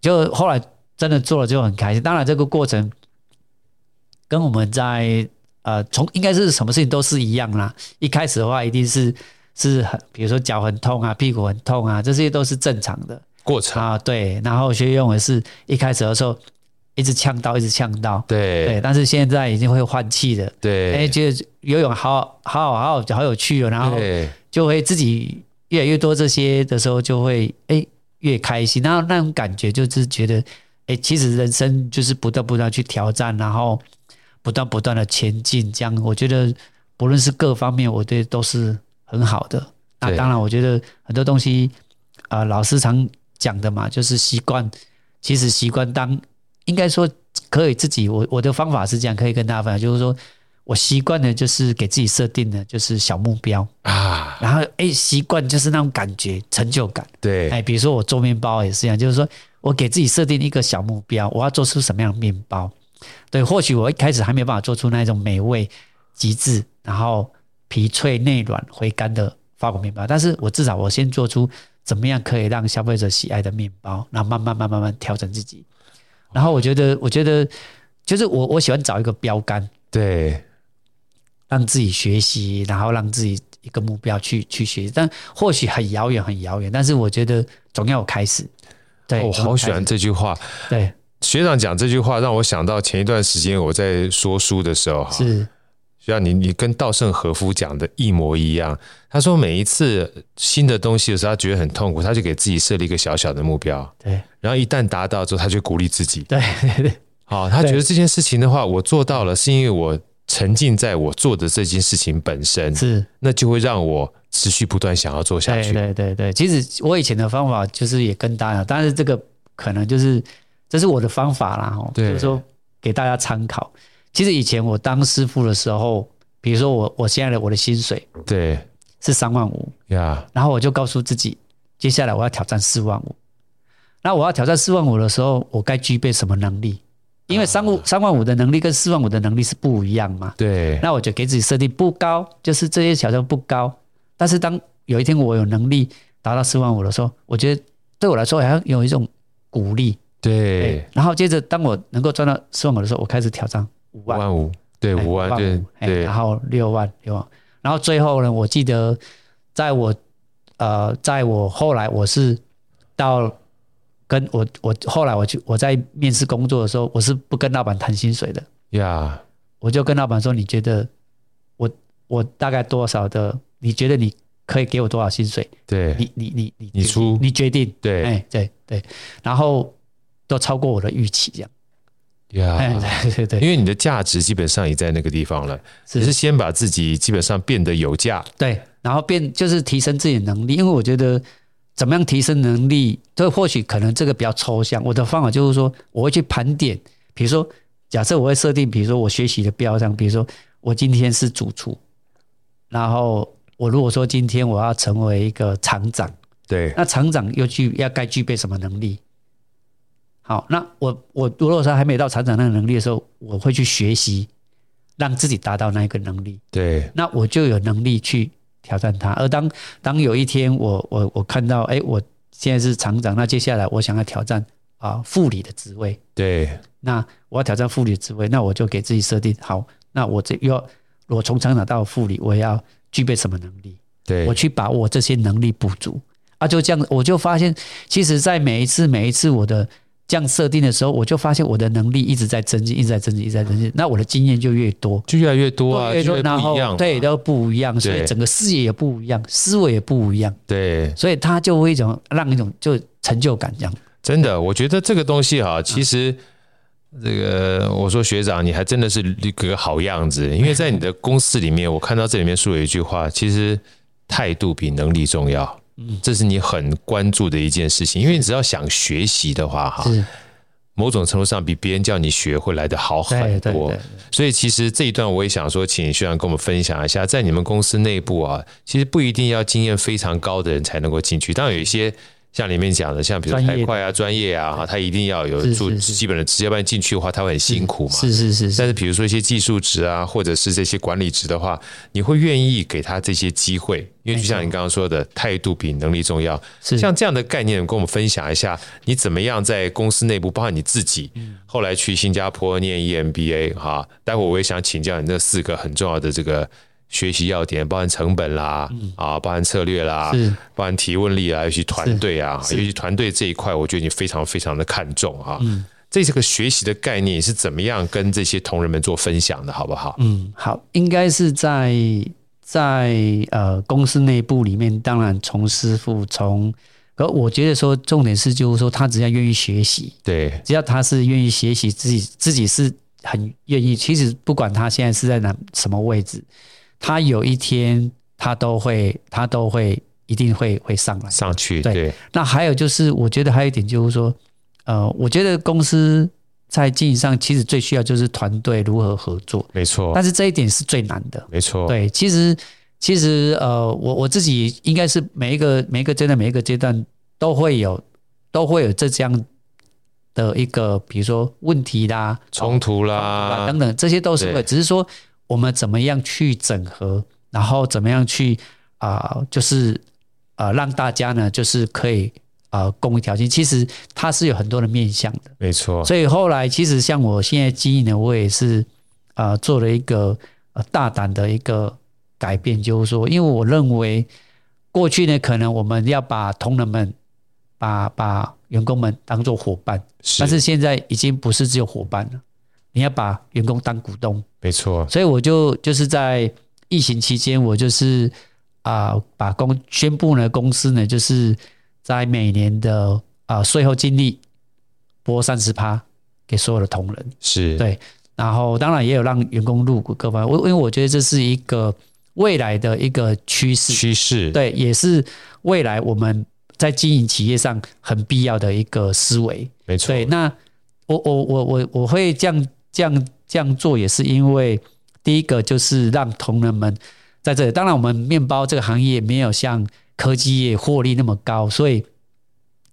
就后来真的做了就很开心。当然，这个过程跟我们在呃从应该是什么事情都是一样啦。一开始的话，一定是是很比如说脚很痛啊，屁股很痛啊，这些都是正常的。
过程
啊，对，然后学用也是一开始的时候一直呛到，一直呛到，
对
对，但是现在已经会换气的，哎，
对
觉得游泳好好好好好有趣哦，然后
对
就会自己越来越多这些的时候，就会哎越开心，然后那种感觉就是觉得哎，其实人生就是不断不断去挑战，然后不断不断的前进，这样我觉得不论是各方面，我对都是很好的。那
对
当然，我觉得很多东西，啊，老师常讲的嘛，就是习惯。其实习惯当应该说可以自己，我我的方法是这样，可以跟大家分享，就是说我习惯的就是给自己设定的就是小目标，
啊，
然后哎，习惯就是那种感觉成就感。
对
哎，比如说我做面包也是一样，就是说我给自己设定一个小目标，我要做出什么样的面包。对，或许我一开始还没有办法做出那种美味极致，然后皮脆内软回甘的法国面包，但是我至少我先做出怎么样可以让消费者喜爱的面包，然后慢慢慢慢慢调整自己。然后我觉得，我觉得就是我我喜欢找一个标杆，
对
让自己学习，然后让自己一个目标去去学习。但或许很遥远，很遥远，但是我觉得总要有开始。对，
哦我好喜欢
总
这句话。
要有开始。对，
学长讲这句话，让我想到前一段时间我在说书的时候，哈，
是
学长你你跟稻盛和夫讲的一模一样。他说每一次新的东西的时候，他觉得很痛苦，他就给自己设立一个小小的目标，
对，
然后一旦达到之后，他就鼓励自己。
对，对，对，
好，他觉得这件事情的话，我做到了，是因为我沉浸在我做的这件事情本身，
是，
那就会让我持续不断想要做下
对
去。
对对对。其实我以前的方法就是也跟大家，但是这个可能就是这是我的方法啦，哦，就
对
是说给大家参考。其实以前我当师傅的时候，比如说我我现在的我的薪水
对
是三万五，
呀，
然后我就告诉自己，接下来我要挑战四万五。那我要挑战四万五的时候，我该具备什么能力？因为三五三万五的能力跟四万五的能力是不一样嘛。
对
那我就给自己设定不高，就是这些挑战不高。但是当有一天我有能力达到四万五的时候，我觉得对我来说好像有一种鼓励。
对，
然后接着当我能够赚到四万五的时候，我开始挑战五
五
万。
万五，对
哎
五万，对
五哎
对
然后六万六万，然后最后呢，我记得在我呃，在我后来我是到跟我我后来我去我在面试工作的时候，我是不跟老板谈薪水的，
呀，
我就跟老板说，你觉得我我大概多少的？你觉得你可以给我多少薪水？
对
你你你你
你
决
出
你决定，
对
哎对对，然后都超过我的预期，这样，哎
呀，
对对对，
啊因为你的价值基本上已在那个地方了，
是
只是先把自己基本上变得有价，
对，然后变就是提升自己的能力，因为我觉得怎么样提升能力，这或许可能这个比较抽象。我的方法就是说，我会去盘点，比如说假设我会设定，比如说我学习的标章，比如说我今天是主厨，然后我如果说今天我要成为一个厂长，
对
那厂长又具要该具备什么能力？好，那我我如果说还没到厂长那个能力的时候，我会去学习，让自己达到那一个能力。
对
那我就有能力去挑战它。而当当有一天我我我看到，哎，我现在是厂长，那接下来我想要挑战啊、副理的职位，
对
那我要挑战副理的职位，那我就给自己设定好，那我这又要我从厂长到副理，我要具备什么能力？
对
我去把我这些能力补足啊，就这样，我就发现，其实，在每一次每一次我的这样设定的时候，我就发现我的能力一直在增进，一直在增进，一直在增进，那我的经验就越多，
就越来越多啊，
对，
就越
然
不
后
一样嘛，
对，都不一样，所以
对
整个视野也不一样，思维也不一样，
对，
所以他就会一种让一种就成就感这样。
真的，我觉得这个东西哈，其
嗯
实这个我说学长，你还真的是一个好样子，因为在你的公司里面，我看到这里面说有一句话，其实态度比能力重要。
嗯
这是你很关注的一件事情，因为你只要想学习的话，哈，
是，
某种程度上比别人叫你学会来的好
对
很
对
多
对。，
所以其实这一段我也想说，请学长跟我们分享一下，在你们公司内部啊，其实不一定要经验非常高的人才能够进去，当然有一些。像里面讲的，像比如
专业的
台会啊、专业啊，他一定要有
是
做
是是
基本的职业，不然进去的话他会很辛苦嘛。
是是是
但
是，
是比如说一些技术职啊，或者是这些管理职的话，你会愿意给他这些机会，因为就像你刚刚说的，态度比能力重要。
是
像这样的概念，跟我们分享一下，你怎么样在公司内部，包含你自己，
嗯
后来去新加坡念 E EMBA 哈，待会我也想请教你那四个很重要的这个学习要点，包含成本啦，啊，包含策略啦，
嗯是
包含提问力啊，尤其团队啊，
是
尤其团队这一块，我觉得你非常非常的看重啊。
嗯
这是个学习的概念，是怎么样跟这些同仁们做分享的，好不好？
嗯，好，应该是在在呃公司内部里面，当然从师傅从，可我觉得说重点是就是说他只要愿意学习，
对
只要他是愿意学习，自己自己是很愿意。其实不管他现在是在哪什么位置，他有一天他都会，他都会一定会会上来。
上去
对
对
那还有就是，我觉得还有一点就是说，呃，我觉得公司在经营上其实最需要就是团队如何合作，
没错
但，是这一点是最难的。
没错，
对，其实其实呃，我我自己应该是每一个每一个阶段每一个阶段都会有都会有这这样的一个，比如说问题啦、
冲突
啊
啦，
等等，这些都是会，
对
只是说我们怎么样去整合，然后怎么样去啊、就是呃让大家呢，就是可以呃共一条心。其实它是有很多的面向的。
没错，
所以后来其实像我现在经营的，我也是呃做了一个呃大胆的一个改变，就是说，因为我认为过去呢，可能我们要把同仁们、把把员工们当做伙伴，但是现在已经不是只有伙伴了，你要把员工当股东。
没错，
所以我就就是在疫情期间，我就是啊、把公宣布呢，公司呢就是在每年的啊、税后净利拨三十趴给所有的同仁。
是，
对然后当然也有让员工入股各方面，我因为我觉得这是一个未来的一个趋势，
趋势，
对，也是未来我们在经营企业上很必要的一个思维。
没错，
对，那我我我我我会这样这样这样做，也是因为第一个就是让同仁们在这里。当然，我们面包这个行业没有像科技业获利那么高，所以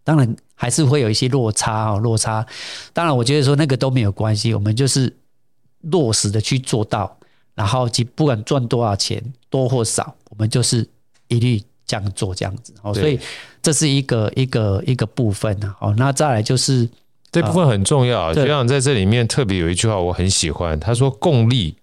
当然还是会有一些落差哦，落差。当然，我觉得说那个都没有关系，我们就是落实的去做到，然后即不管赚多少钱，多或少，我们就是一律这样做这样子哦。
对
所以这是一个一个一个部分啊。哦，那再来就是。
这部分很重要。
呃对
学长在这里面特别有一句话我很喜欢，他说“共利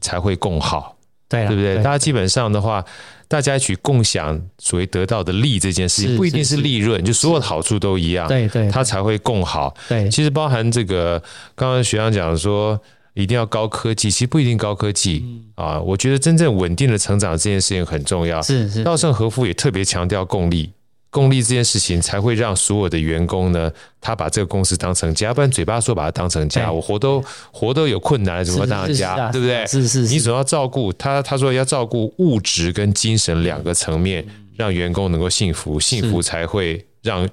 才会共好”，
嗯对啦
对不对？
对
大家基本上的话，大家一起共享所谓得到的利这件事情，
是
不一定是
是
利润，就所有的好处都一样，
对对，
它才会共好。
对
其实包含这个，刚刚学长讲说一定要高科技，其实不一定高科技、
嗯
啊。我觉得真正稳定的成长这件事情很重要。
是是
稻盛和夫也特别强调共利，共利这件事情才会让所有的员工呢，他把这个公司当成家，不然嘴巴说把它当成家，
对
我活都活都有困难了，怎么
是
当成
是是
家，
啊
对不对？
是是
你
是，
总要照顾他，他说要照顾物质跟精神两个层面，让员工能够幸福，幸福才会让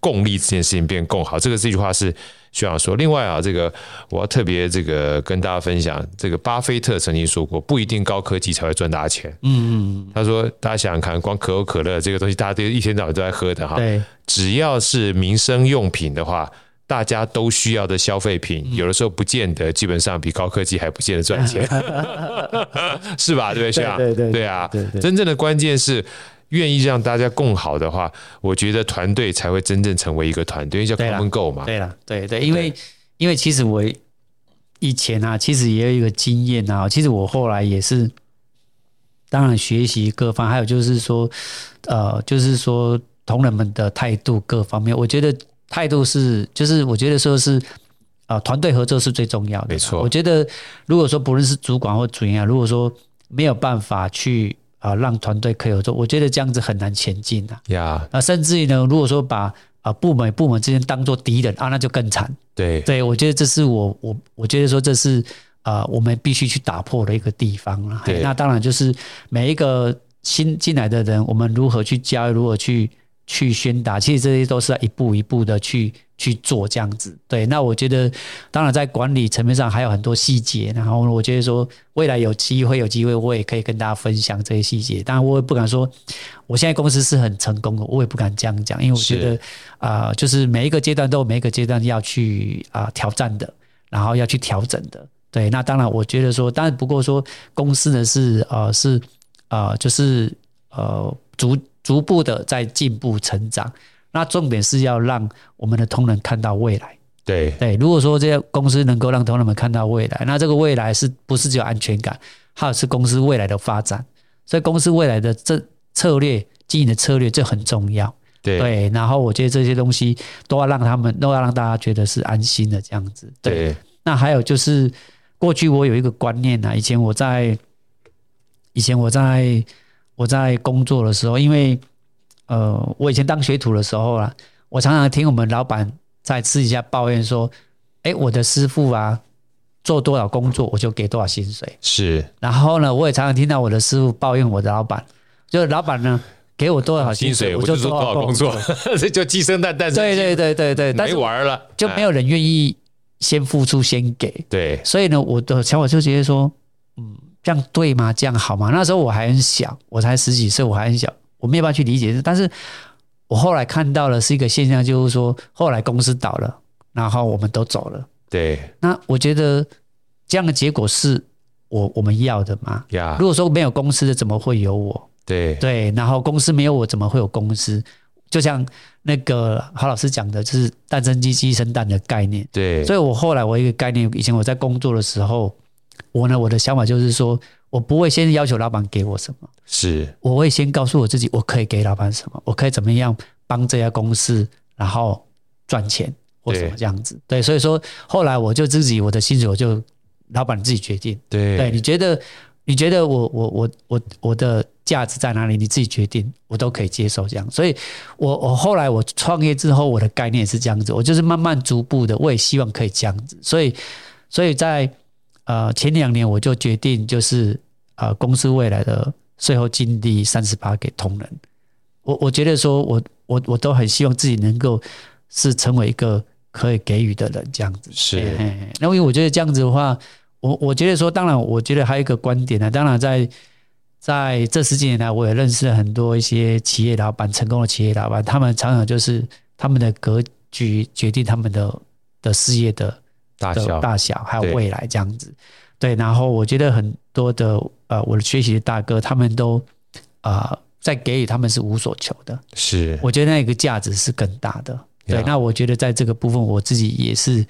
共利这件事情变更好。这个这句话是徐长说。另外啊，这个我要特别这个跟大家分享，这个巴菲特曾经说过，不一定高科技才会赚大钱。
嗯嗯，
他说，大家想想看，光可口可乐这个东西，大家都一天到晚都在喝的
嗯
哈，
对，
只要是民生用品的话。大家都需要的消费品，
嗯
有的时候不见得，基本上比高科技还不见得赚 钱。是吧？对不对，学长？
对对对
啊
对对
真正的关键是愿意让大家共好的话，我觉得团队才会真正成为一个团队，因为叫
对啦
common goal 嘛。
对了，对对，因为因为其实我以前啊，其实也有一个经验啊，其实我后来也是，当然学习各方，还有就是说，呃，就是说同仁们的态度各方面，我觉得态度是，就是我觉得说是。啊，团队合作是最重要的啦。
没错
我觉得如果说不论是主管或主营啊，如果说没有办法去啊、让团队可以合作，我觉得这样子很难前进啊。
呀，
啊，甚至于呢，如果说把啊部门部门之间当做敌人啊，那就更惨。
对，
对我觉得这是我我我觉得说这是啊、我们必须去打破的一个地方了。嘿
对
那当然就是每一个新进来的人，我们如何去教育，如何去去宣达，其实这些都是要一步一步的去去做这样子。对，那我觉得当然在管理层面上还有很多细节，然后我觉得说未来有机会有机会，我也可以跟大家分享这些细节。当然我也不敢说我现在公司是很成功的，我也不敢这样讲，因为我觉得
是
啊、就是每一个阶段都有每一个阶段要去啊、挑战的，然后要去调整的。对，那当然，我觉得说，当然不过说，公司呢是呃是呃就是呃逐逐步的在进步成长。那重点是要让我们的同仁看到未来。
对，
对，如果说这些公司能够让同仁们看到未来，那这个未来是不是只有安全感，还有是公司未来的发展？所以公司未来的这策略、经营的策略，这很重要。
对，
对，然后我觉得这些东西都要让他们，都要让大家觉得是安心的这样子。对，
对，
那还有就是，过去我有一个观念啊，以前我在，以前我在我在工作的时候，因为呃，我以前当学徒的时候啊，我常常听我们老板在私底下抱怨说：“哎，我的师傅啊，做多少工作我就给多少薪水。”
是
然后呢，我也常常听到我的师傅抱怨我的老板，就是老板呢给我多少薪
薪水，
水，
我
就
就说多
多
少
少
工
作。
作， 这就鸡生蛋，蛋生
对
鸡，
对对对对，但
没
是哎
玩了，
就没有人愿意先付出先给
哎。对，
所以呢，我的想法就直接说，嗯，这样对吗？这样好吗？那时候我还很小，我才十几岁，我还很小，我没有办法去理解。但是我后来看到了是一个现象，就是说，后来公司倒了，然后我们都走了。
对
那我觉得这样的结果是我我们要的吗？
呀
如，果说没有公司的，怎么会有我？
对，
对，然后公司没有我，怎么会有公司？就像那个郝老师讲的，就是蛋生鸡，鸡生蛋的概念。
对，
所以我后来我一个概念，以前我在工作的时候，我呢我的想法就是说，我不会先要求老板给我什么，
是，
我会先告诉我自己，我可以给老板什么，我可以怎么样帮这家公司，然后赚钱或什么
对
这样子。对，所以说后来我就自己我的薪水我就老板自己决定。对，
对，
你觉得你觉得我我我我我的价值在哪里？你自己决定，我都可以接受这样。所以我，我后来我创业之后，我的概念也是这样子，我就是慢慢逐步的，我也希望可以这样子。所以，所以在呃前两年我就决定就是呃公司未来的税后净利三十八给同仁。我我觉得说我我我都很希望自己能够是成为一个可以给予的人这样子。
是
嘿嘿嘿那因为我觉得这样子的话，我我觉得说，当然，我觉得还有一个观点呢、啊当然在在这十几年来，我也认识了很多一些企业老板，成功的企业老板，他们常常就是他们的格局决定他们的的事业的
大
的
小
大小，还
对
有未来这样子。对，然后我觉得很多的呃，我的学习的大哥，他们都呃在给予他们是无所求的，
是
我觉得那个价值是更大的。对
Yeah
那我觉得在这个部分，我自己也是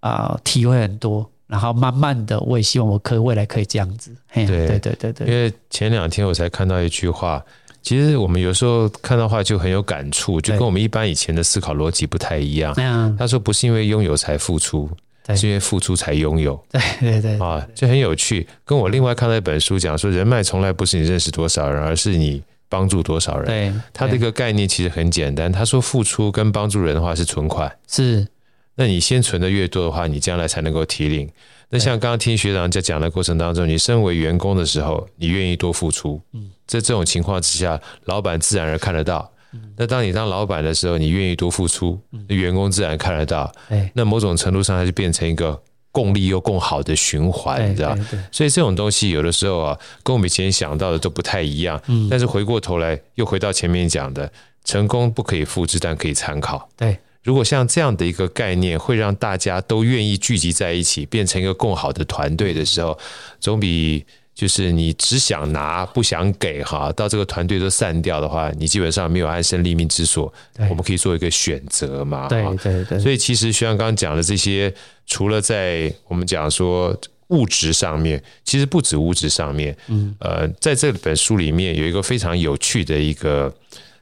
啊、呃体会很多，然后慢慢的，我也希望我可以未来可以这样子。嘿，
对
对对
因
对对，
为前两天我才看到一句话，其实我们有时候看到话就很有感触，就
对
跟我们一般以前的思考逻辑不太一样。
那样
他说不是因为拥有才付出，
对
是因为付出才拥有
对对对
啊，这很有趣。跟我另外看到一本书讲说，人脉从来不是你认识多少人，而是你帮助多少人。
对，
他这
对
个概念其实很简单，他说付出跟帮助人的话是存款。
是
那你先存的越多的话，你将来才能够提领。那像刚刚听学长在讲的过程当中，你身为员工的时候，你愿意多付出，嗯，在这种情况之下，老板自然而看得到。那当你当老板的时候，你愿意多付出，那员工自然看得到。
对
那某种程度上，它就变成一个共利又共好的循环，
对
啊你知道
对？对
所以这种东西有的时候啊，跟我们以前想到的都不太一样。嗯，但是回过头来，又回到前面讲的，成功不可以复制，但可以参考。
对，
如果像这样的一个概念，会让大家都愿意聚集在一起，变成一个更好的团队的时候，总比就是你只想拿不想给哈，到这个团队都散掉的话，你基本上没有安身立命之所。
对
我们可以做一个选择嘛。
对
哈
对对，
所以其实学长刚刚讲的这些，除了在我们讲说物质上面，其实不止物质上面，嗯，呃，在这本书里面有一个非常有趣的一个。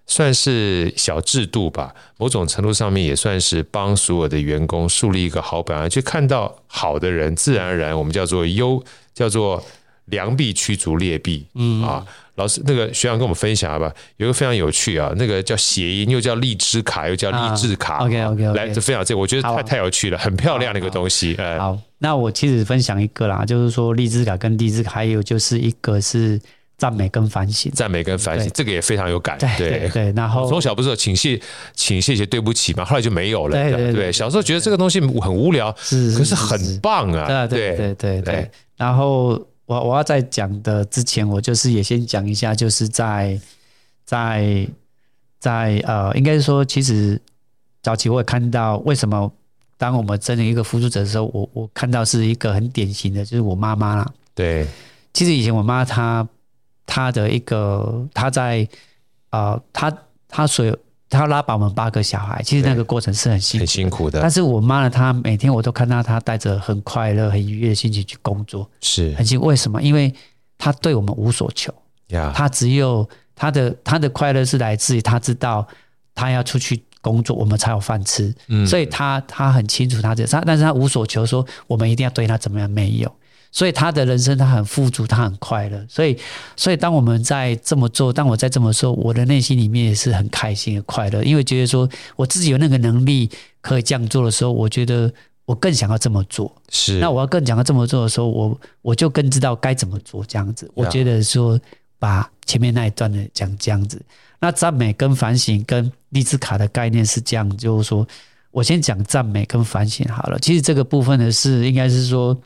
算是小制度吧，某种程度上面也算是帮所有的员工树立一个好榜样，去看到好的人，自然而然我们叫做优，叫做良币驱逐劣币，嗯啊，老师那个学长跟我们分享吧，有一个非常有趣啊，那个叫谐音，又叫荔枝卡，又叫励志卡、
啊，OK，OK，OK
来这分享这个，我觉得
好
太
啊
太有趣了，很漂亮的一个东西，哎，
好，那我其实分享一个啦，就是说荔枝卡跟荔枝卡，还有就是一个是赞美跟反省。
赞美跟反省，这个也非常有感，
对对对，然后
我从小不是有请谢，请谢谢对不起嘛，后来就没有了，
对
这样
对对
小时候觉得这个东西很无聊，
是
可是很棒啊，
对对对对
对
对。然后我我要在讲的之前，我就是也先讲一下，就是在在在呃，应该是说，其实早期我也看到为什么当我们真的一个付出者的时候，我我看到是一个很典型的，就是我妈妈啦。
对
其实以前我妈她她的一个她在呃她她所有她拉拔我们八个小孩，其实那个过程是很辛苦
很辛苦的
但，是我妈呢，她每天我都看到她带着很快乐、很愉悦的心情去工作，
是
很幸为什么？因为她对我们无所求，
呀，
她只有她的她的快乐是来自于她知道她要出去工作，我们才有饭吃。
嗯
所以她她很清楚她这她，但是她无所求，说我们一定要对她怎么样，没有。所以她的人生她很富足，她很快乐。所以所以当我们在这么做，当我在这么做，我的内心里面也是很开心、很快乐，因为觉得说我自己有那个能力可以这样做的时候，我觉得我更想要这么做。
是
那我要更想要这么做的时候，我我就更知道该怎么做这样子。我觉得说把前面那一段的讲这样子，那赞美跟反省跟励志卡的概念是这样，就是说我先讲赞美跟反省好了。其实这个部分呢是应该是说，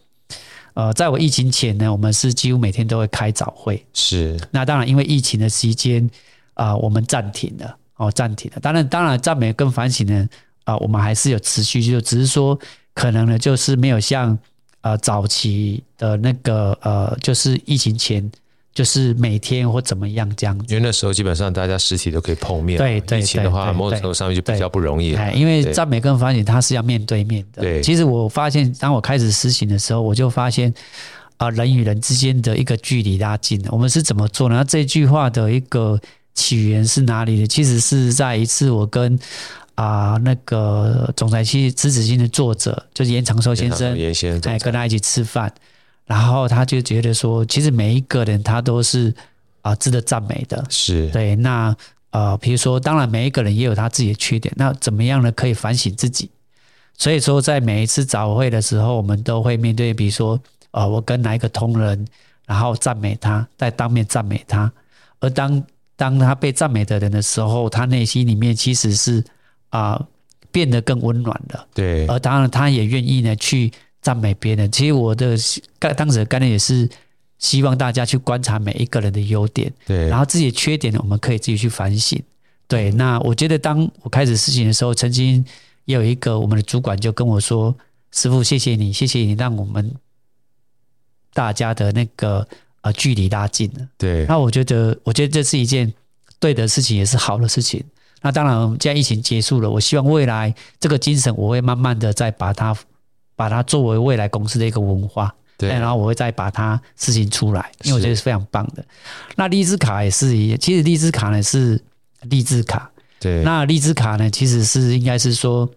呃，在我疫情前呢，我们是几乎每天都会开早会，
是
那当然，因为疫情的期间啊、我们暂停了，哦，暂停了。当然，当然，赞美跟反省呢，啊、我们还是有持续，就只是说可能呢，就是没有像呃早期的那个呃，就是疫情前，就是每天或怎么样这样子。
因为那时候基本上大家实体都可以碰面嘛，
对对
疫情的话，
对对
某种程度上面就比较不容易了
哎，因为
对
赞美跟反省它是要面对面的。
对
其实我发现，当我开始实行的时候，我就发现啊、人与人之间的一个距离拉近了。我们是怎么做呢？那这句话的一个起源是哪里的？其实是在一次我跟啊、那个总裁期《狮子心》的作者，就是严长寿先
常
生
常，原先
哎，跟他一起吃饭，然后他就觉得说，其实每一个人他都是啊、值得赞美的。
是
对，那呃，比如说，当然每一个人也有他自己的缺点，那怎么样呢？可以反省自己。所以说，在每一次早会的时候，我们都会面对，比如说呃，我跟哪一个同仁，然后赞美他，在当面赞美他。而当当他被赞美的人的时候，他内心里面其实是啊、变得更温暖了。
对，
而当然，他也愿意呢去赞美别人。其实我的概当时的概念也是希望大家去观察每一个人的优点，
对，
然后自己的缺点呢，我们可以自己去反省。对，那我觉得当我开始事情的时候，曾经也有一个我们的主管就跟我说：“师傅，谢谢你，谢谢你让我们大家的那个呃距离拉近了。”
对，
那我觉得，我觉得这是一件对的事情，也是好的事情。那当然，现在疫情结束了，我希望未来这个精神，我会慢慢的再把它，把它作为未来公司的一个文化，
对，
哎然后我会再把它事情出来，因为我
是
觉得是非常棒的。那荔枝卡也是一，其实荔枝卡呢是励志卡，
对，
那荔枝卡呢其实是应该是说，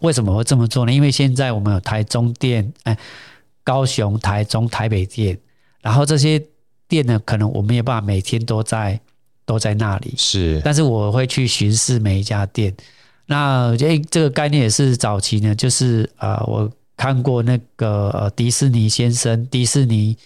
为什么会这么做呢？因为现在我们有台中店，哎，高雄、台中、台北店，然后这些店呢，可能我没有办法每天都在都在那里，
是，
但是我会去巡视每一家店。那这这个概念也是早期呢，就是呃，我看过那个、呃、迪士尼先生，迪士尼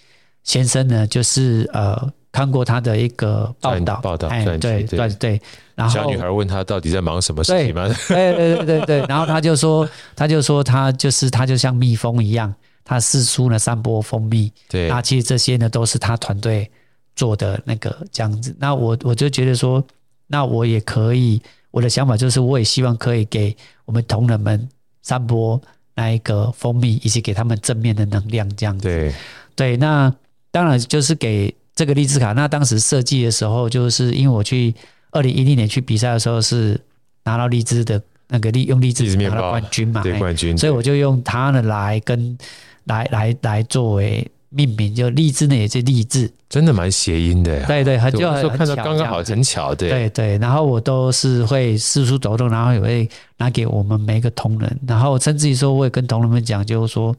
先生呢，就是呃看过他的一个报
传
道，
报道
哎，
传记
对
对
对对，然后
小女孩问他到底在忙什么事情吗？
对对对对对，然后他就说，他就说他就是他就像蜜蜂一样，他四处呢散播蜂蜜。
对，
那其实这些呢都是他团队做的那个这样子。那我我就觉得说，那我也可以，我的想法就是，我也希望可以给我们同仁们散播那一个蜂蜜，以及给他们正面的能量这样子。
对，
对，那当然就是给这个励志卡。那当时设计的时候，就是因为我去二零一零年去比赛的时候是拿到荔枝的那个荔用荔
荔枝
枝
面
拿
包
到冠军嘛，
对
哎
冠军，
所以我就用它呢来跟来来来作为命名，就荔枝呢也是励志，
真的蛮谐音的呀。
对对，很就
啊我那时
很
候看到
巧
刚刚
这样
好，很巧，对，
对对，然后我都是会四处走动，然后也会拿给我们每一个同仁，然后甚至于说，我也跟同仁们讲，就是说，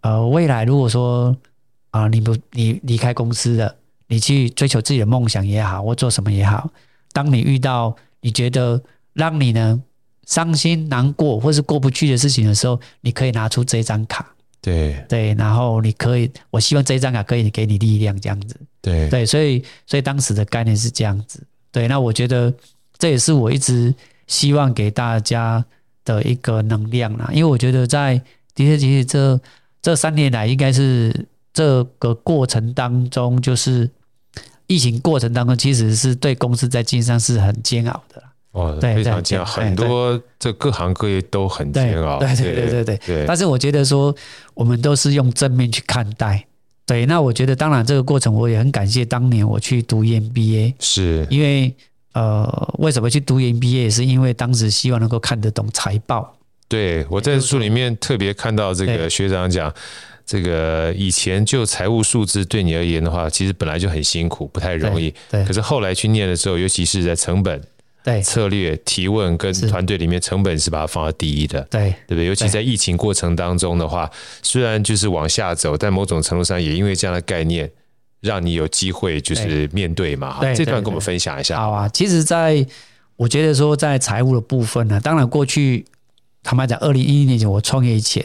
呃，未来如果说啊、你不你离开公司了，你去追求自己的梦想也好，或做什么也好，当你遇到你觉得让你呢伤心、难过或是过不去的事情的时候，你可以拿出这张卡，
对，
对，然后你可以，我希望这张卡可以给你力量，这样子。
对，
对，所以所以当时的概念是这样子。对，那我觉得这也是我一直希望给大家的一个能量啦，因为我觉得在的确其实这这三年来，应该是这个过程当中，就是疫情过程当中，其实是对公司在经营上是很煎熬的啦。
哦，
对
非常
对
煎熬，
对
很
对
多这各行各业都很
对
煎熬，
对对对对对。
对，
但是我觉得说，我们都是用正面去看待。对，那我觉得当然这个过程我也很感谢当年我去读 E EMBA，
是，
因为呃，为什么去读 MBA 是因为当时希望能够看得懂财报，
对我在书里面特别看到这个
对
学长讲，这个以前就财务数字对你而言的话，其实本来就很辛苦，不太容易。
对
可是后来去念的时候，尤其是在成本、
对
策略、提问跟
是
团队里面，成本是把它放到第一的。
对
对不对？尤其
对
在疫情过程当中的话，虽然就是往下走，但某种程度上也因为这样的概念，让你有机会就是面对嘛。
对
这段
对
跟我们
对
分享一下。
好啊。其实在，我觉得说在财务的部分呢、当然过去坦白讲，二零一一年前我创业以前，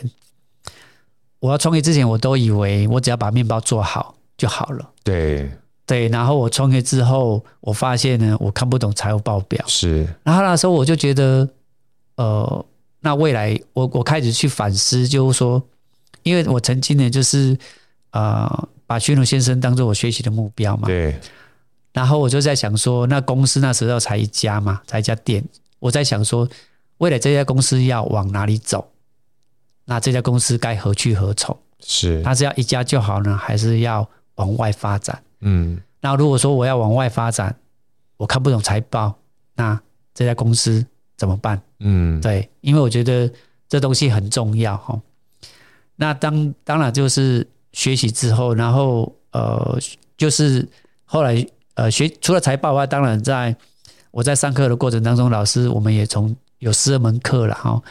我要创业之前，我都以为我只要把面包做好就好了。
对，
对，然后我创业之后，我发现呢，我看不懂财务报表，
是，
然后那时候我就觉得，呃，那未来我我开始去反思，就是说，因为我曾经呢，就是呃，把徐努先生当做我学习的目标嘛，
对，
然后我就在想说，那公司那时候才一家嘛，才一家店，我在想说，未来这家公司要往哪里走？那这家公司该何去何从？
是，
它是要一家就好呢，还是要往外发展？
嗯，
那如果说我要往外发展，我看不懂财报，那这家公司怎么办？
嗯，
对，因为我觉得这东西很重要哈。那当当然就是学习之后，然后呃，就是后来呃学除了财报外，当然在我在上课的过程当中，老师我们也从有十二门课了哈。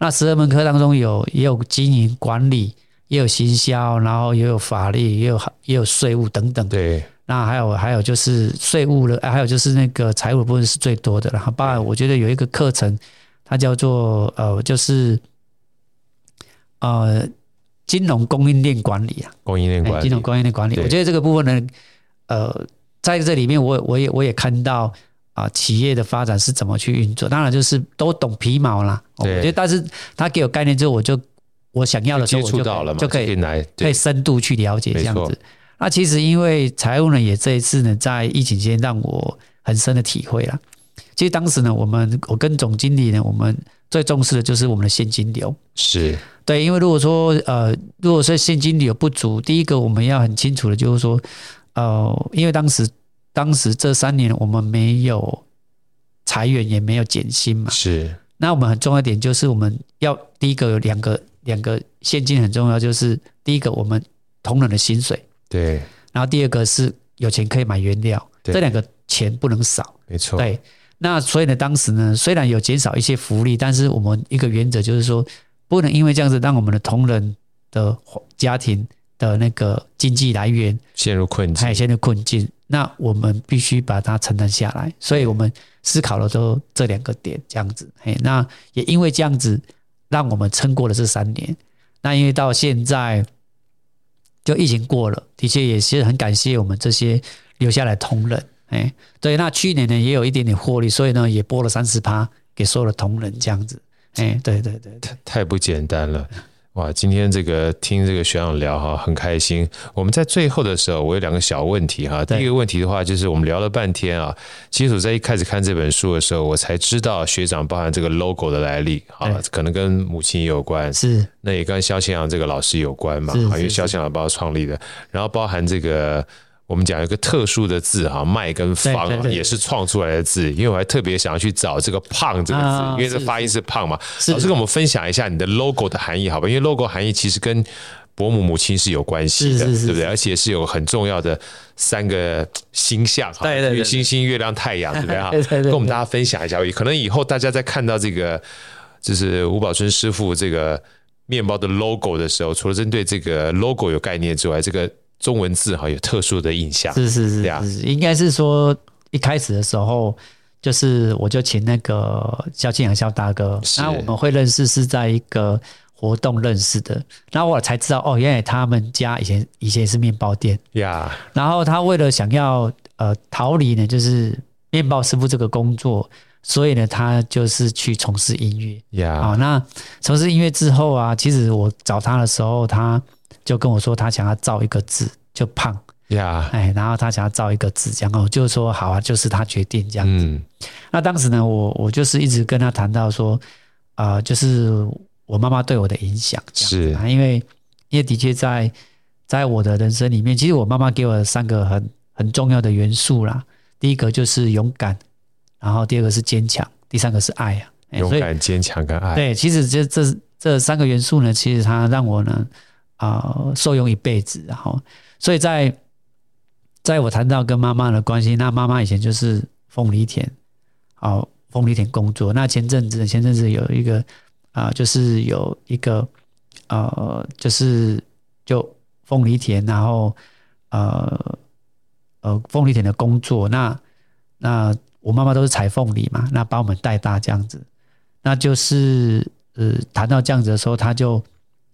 那十二门课当中有也有经营管理，也有行销，然后也有法律，也有也有税务等等。
对，
那还有还有就是税务的，呃还有就是那个财务的部分是最多的了。然后，包含我觉得有一个课程，它叫做呃，就是呃金融供应链管理啊，
供应链
哎
管
金
理
融，供应链管理，
对
我觉得这个部分呢，呃，在这里面我我也我也看到啊、企业的发展是怎么去运作，当然就是都懂皮毛啦。哦我
对
觉得，但是他给我概念之后，我就我想要的时候
接
我
触
就
到了嘛，
就可以
以来
可以
对
深度去了解
没
这样
错
子。那其实因为财务呢，也这一次呢，在疫情期间让我很深的体会啦。其实当时呢，我们我跟总经理呢，我们最重视的就是我们的现金流。
是
对，因为如果说呃，如果说现金流不足，第一个我们要很清楚的就是说，呃，因为当时当时这三年我们没有裁员，也没有减薪嘛，
是
那我们很重要一点就是我们要第一个有两个两个现金很重要，就是第一个我们同仁的薪水，
对，
然后第二个是有钱可以买原料，
对
这两个钱不能少。
没错，
对，那所以呢，当时呢虽然有减少一些福利，但是我们一个原则就是说，不能因为这样子让我们的同仁的家庭的那个经济来源
陷入困境
还有，现在困境，那我们必须把它承担下来。所以我们思考了都这两个点，这样子。嘿，那也因为这样子，让我们撑过了这三年。那因为到现在，就疫情过了，的确也是很感谢我们这些留下来同仁。哎，对，那去年呢也有一点点获利，所以呢也拨了三十趴给所有的同仁这样子。哎，对对对对，
太不简单了。哇，今天这个听这个学长聊哈，很开心。我们在最后的时候，我有两个小问题哈。第
对
一个问题的话，就是我们聊了半天啊，其实我在一开始看这本书的时候，我才知道学长包含这个 logo 的来历啊
对，
可能跟母亲也有关，
是
那也跟肖千阳这个老师有关嘛，
是
啊因为
是
肖千阳帮他创立的，然后包含这个。我们讲一个特殊的字哈，麦跟方
对
啊
对对
也是创出来的字，因为我还特别想要去找这个“胖”这个字，
啊
因为这
是
发音是胖嘛。
是
老师跟我们分享一下你的 logo 的含义，好吧？因为 logo 含义其实跟伯母母亲是有关系的，
是是是
对不对？而且是有很重要的三个嘖星象，哈
对对对对
月星星、月亮、太阳，对不对啊？
对对对对
跟我们大家分享一下，可能以后大家在看到这个就是吴宝春师傅这个面包的 logo 的时候，除了针对这个 logo 有概念之外，这个中文字哈有特殊的印象，
是是是
对啊
是，应该是说一开始的时候，就是我就请那个肖庆阳肖大哥，
是
那我们会认识是在一个活动认识的，然后我才知道哦，原来他们家以前以前也是面包店，
呀，
然后他为了想要呃逃离呢，就是面包师傅这个工作，所以呢，他就是去从事音乐。
呀，
好，那从事音乐之后啊，其实我找他的时候，他就跟我说他想要造一个字，就胖。
呀，
哎，然后他想要造一个字，这样哦，我就说好啊，就是他决定这样。
嗯，
那当时呢，我我就是一直跟他谈到说，啊、就是我妈妈对我的影响，这样子
是
啊，因为因为的确在在我的人生里面，其实我妈妈给我三个很很重要的元素啦。第一个就是勇敢，然后第二个是坚强，第三个是爱啊。哎
勇
所以
敢、坚强跟爱，
对，其实这这这三个元素呢，其实它让我呢啊、受用一辈子，然后所以在在我谈到跟妈妈的关系，那妈妈以前就是凤梨田，哦，凤梨田工作。那前阵子前阵子有一个啊、就是有一个呃，就是就凤梨田，然后呃呃凤梨田的工作，那那我妈妈都是采凤梨嘛，那把我们带大这样子，那就是呃谈到这样子的时候，他就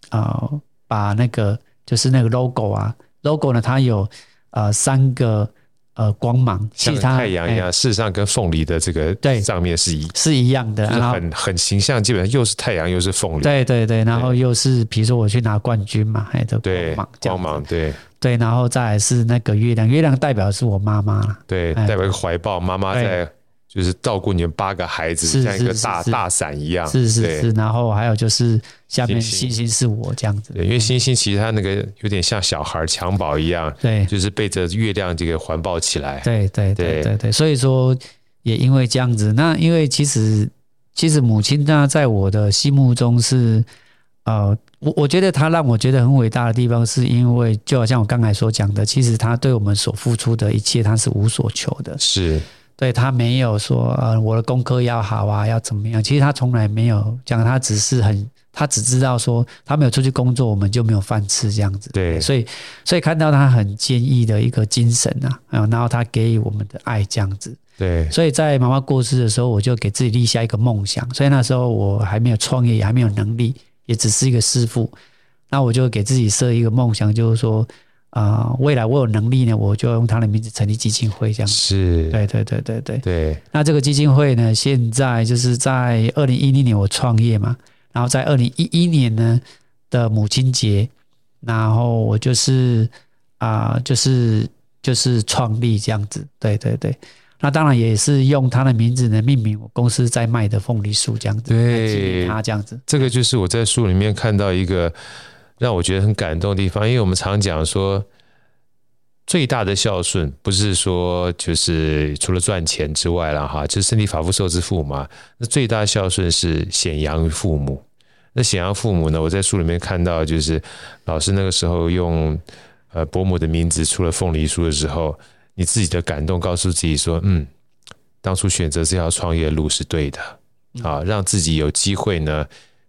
啊、呃把那个就是那个 logo 啊，logo 呢它有呃三个呃光芒，其
像
实它
太阳一
哎
样，事实上跟凤梨的这个
对
上面是一，
是一样的，
就是
然后
很很形象，基本上又是太阳又是凤梨，
对对对，然后又是比如说我去拿冠军嘛，还得
对
光芒这样
光
子
芒，对
对，然后再来是那个月亮，月亮代表的是我妈妈啦，
对，
哎
代表一个怀抱，妈妈
对
在就是照顾你们八个孩子，
是
像一个
是
大
是
大伞一样，
是是
啊对
是，然后还有就是下面
星星
星星是我这样子，
对，因为星星其实它那个有点像小孩襁褓一样，
对
就是被着月亮这个环抱起来，
对对
对
对对对，所以说也因为这样子，那因为其实其实母亲呢，在我的心目中是呃，我我觉得她让我觉得很伟大的地方，是因为就好像我刚才所讲的，其实她对我们所付出的一切，她是无所求的，
是
对他没有说呃我的功课要好啊，要怎么样？其实他从来没有讲，他只是很他只知道说他没有出去工作，我们就没有饭吃这样子。
对
所以所以看到他很坚毅的一个精神啊，啊然后他给予我们的爱这样子。
对
所以在妈妈过世的时候，我就给自己立下一个梦想。所以那时候我还没有创业，也还没有能力，也只是一个师傅。那我就给自己设一个梦想，就是说啊、呃未来我有能力呢，我就用他的名字成立基金会这样。
是，
对对对对对。
对，
那这个基金会呢，现在就是在二零一零年我创业嘛，然后在二零一一年呢的母亲节，然后我就是啊、就是就是创立这样子，对对对。那当然也是用他的名字呢命名我公司在卖的凤梨酥这样子，
对
来纪念他这样子，
这个就是我在书里面看到一个让我觉得很感动的地方，因为我们常讲说，最大的孝顺不是说就是除了赚钱之外了哈，就是身体发肤受之父母嘛。那最大的孝顺是显扬于父母。那显扬父母呢，我在书里面看到，就是老师那个时候用呃伯母的名字出了凤梨酥的时候，你自己的感动告诉自己说，嗯，当初选择这条创业路是对的啊，让自己有机会呢。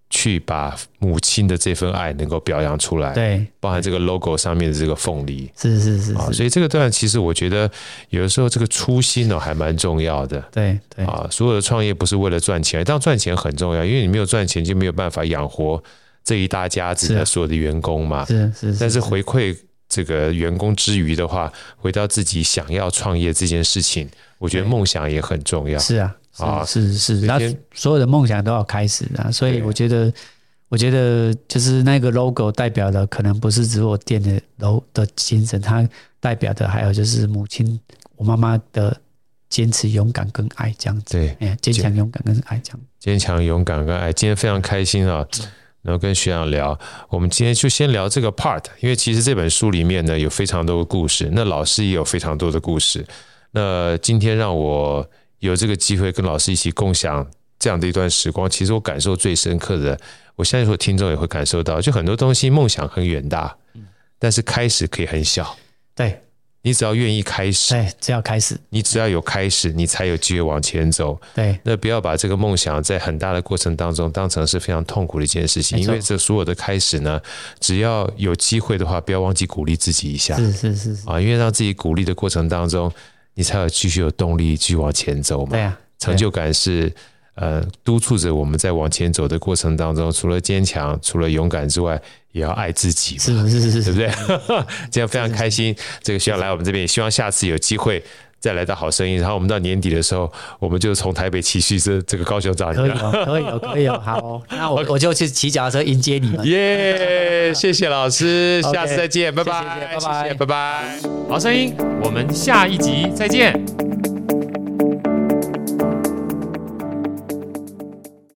去把母亲的这份爱能够表扬出来，
对，
包含这个 logo 上面的这个凤梨
是是是
啊，
是，
所以这个段其实我觉得有的时候这个初心哦呢、还蛮重要的
对对
啊。所有的创业不是为了赚钱，当然赚钱很重要，因为你没有赚钱就没有办法养活这一大家子
是
的
啊
所有的员工嘛。
是是，
但是回馈这个员工之余的话，回到自己想要创业这件事情，我觉得
对
梦想也很重要。
是啊，
啊
是是是，
所以
然后
先
所有的梦想都要开始啊，所以
对
我觉得，我觉得就是那个 logo 代表的，可能不是只有我店的楼的精神，它代表的还有就是母亲，我妈妈的坚持、勇敢跟爱这样子，
对，
哎，坚强、勇敢跟爱这样，
坚强、勇敢跟爱。今天非常开心啊，能够跟学长聊。我们今天就先聊这个 part，因为其实这本书里面呢有非常多的故事，那老师也有非常多的故事。那今天让我有这个机会跟老师一起共享这样的一段时光，其实我感受最深刻的，我相信所有听众也会感受到，就很多东西梦想很远大，但是开始可以很小。
对
你只要愿意开始，
对，只要开始，
你只要有开始，你才有机会往前走。
对
那不要把这个梦想在很大的过程当中当成是非常痛苦的一件事情，
没
因
错
为这所有的开始呢，只要有机会的话，不要忘记鼓励自己一下
是是是是，
啊，因为让自己鼓励的过程当中，你才有继续有动力继续往前走嘛
对。啊，
成就感是呃督促着我们在往前走的过程当中，除了坚强、除了勇敢之外，也要爱自己嘛。
是是是
对
是
不，
嗯
对？今天非常开心，这个学长来我们这边，也希望下次有机会再来到好声音。然后我们到年底的时候，我们就从台北骑去这这个高雄找你
可以
了。
哦，可以哦，可以哦，好哦，那我我就去骑脚踏车迎接你们。
耶谢谢老师，
OK，
下次再见，拜
谢谢
拜，
拜拜
谢谢拜拜。好声音，我们下一集再见，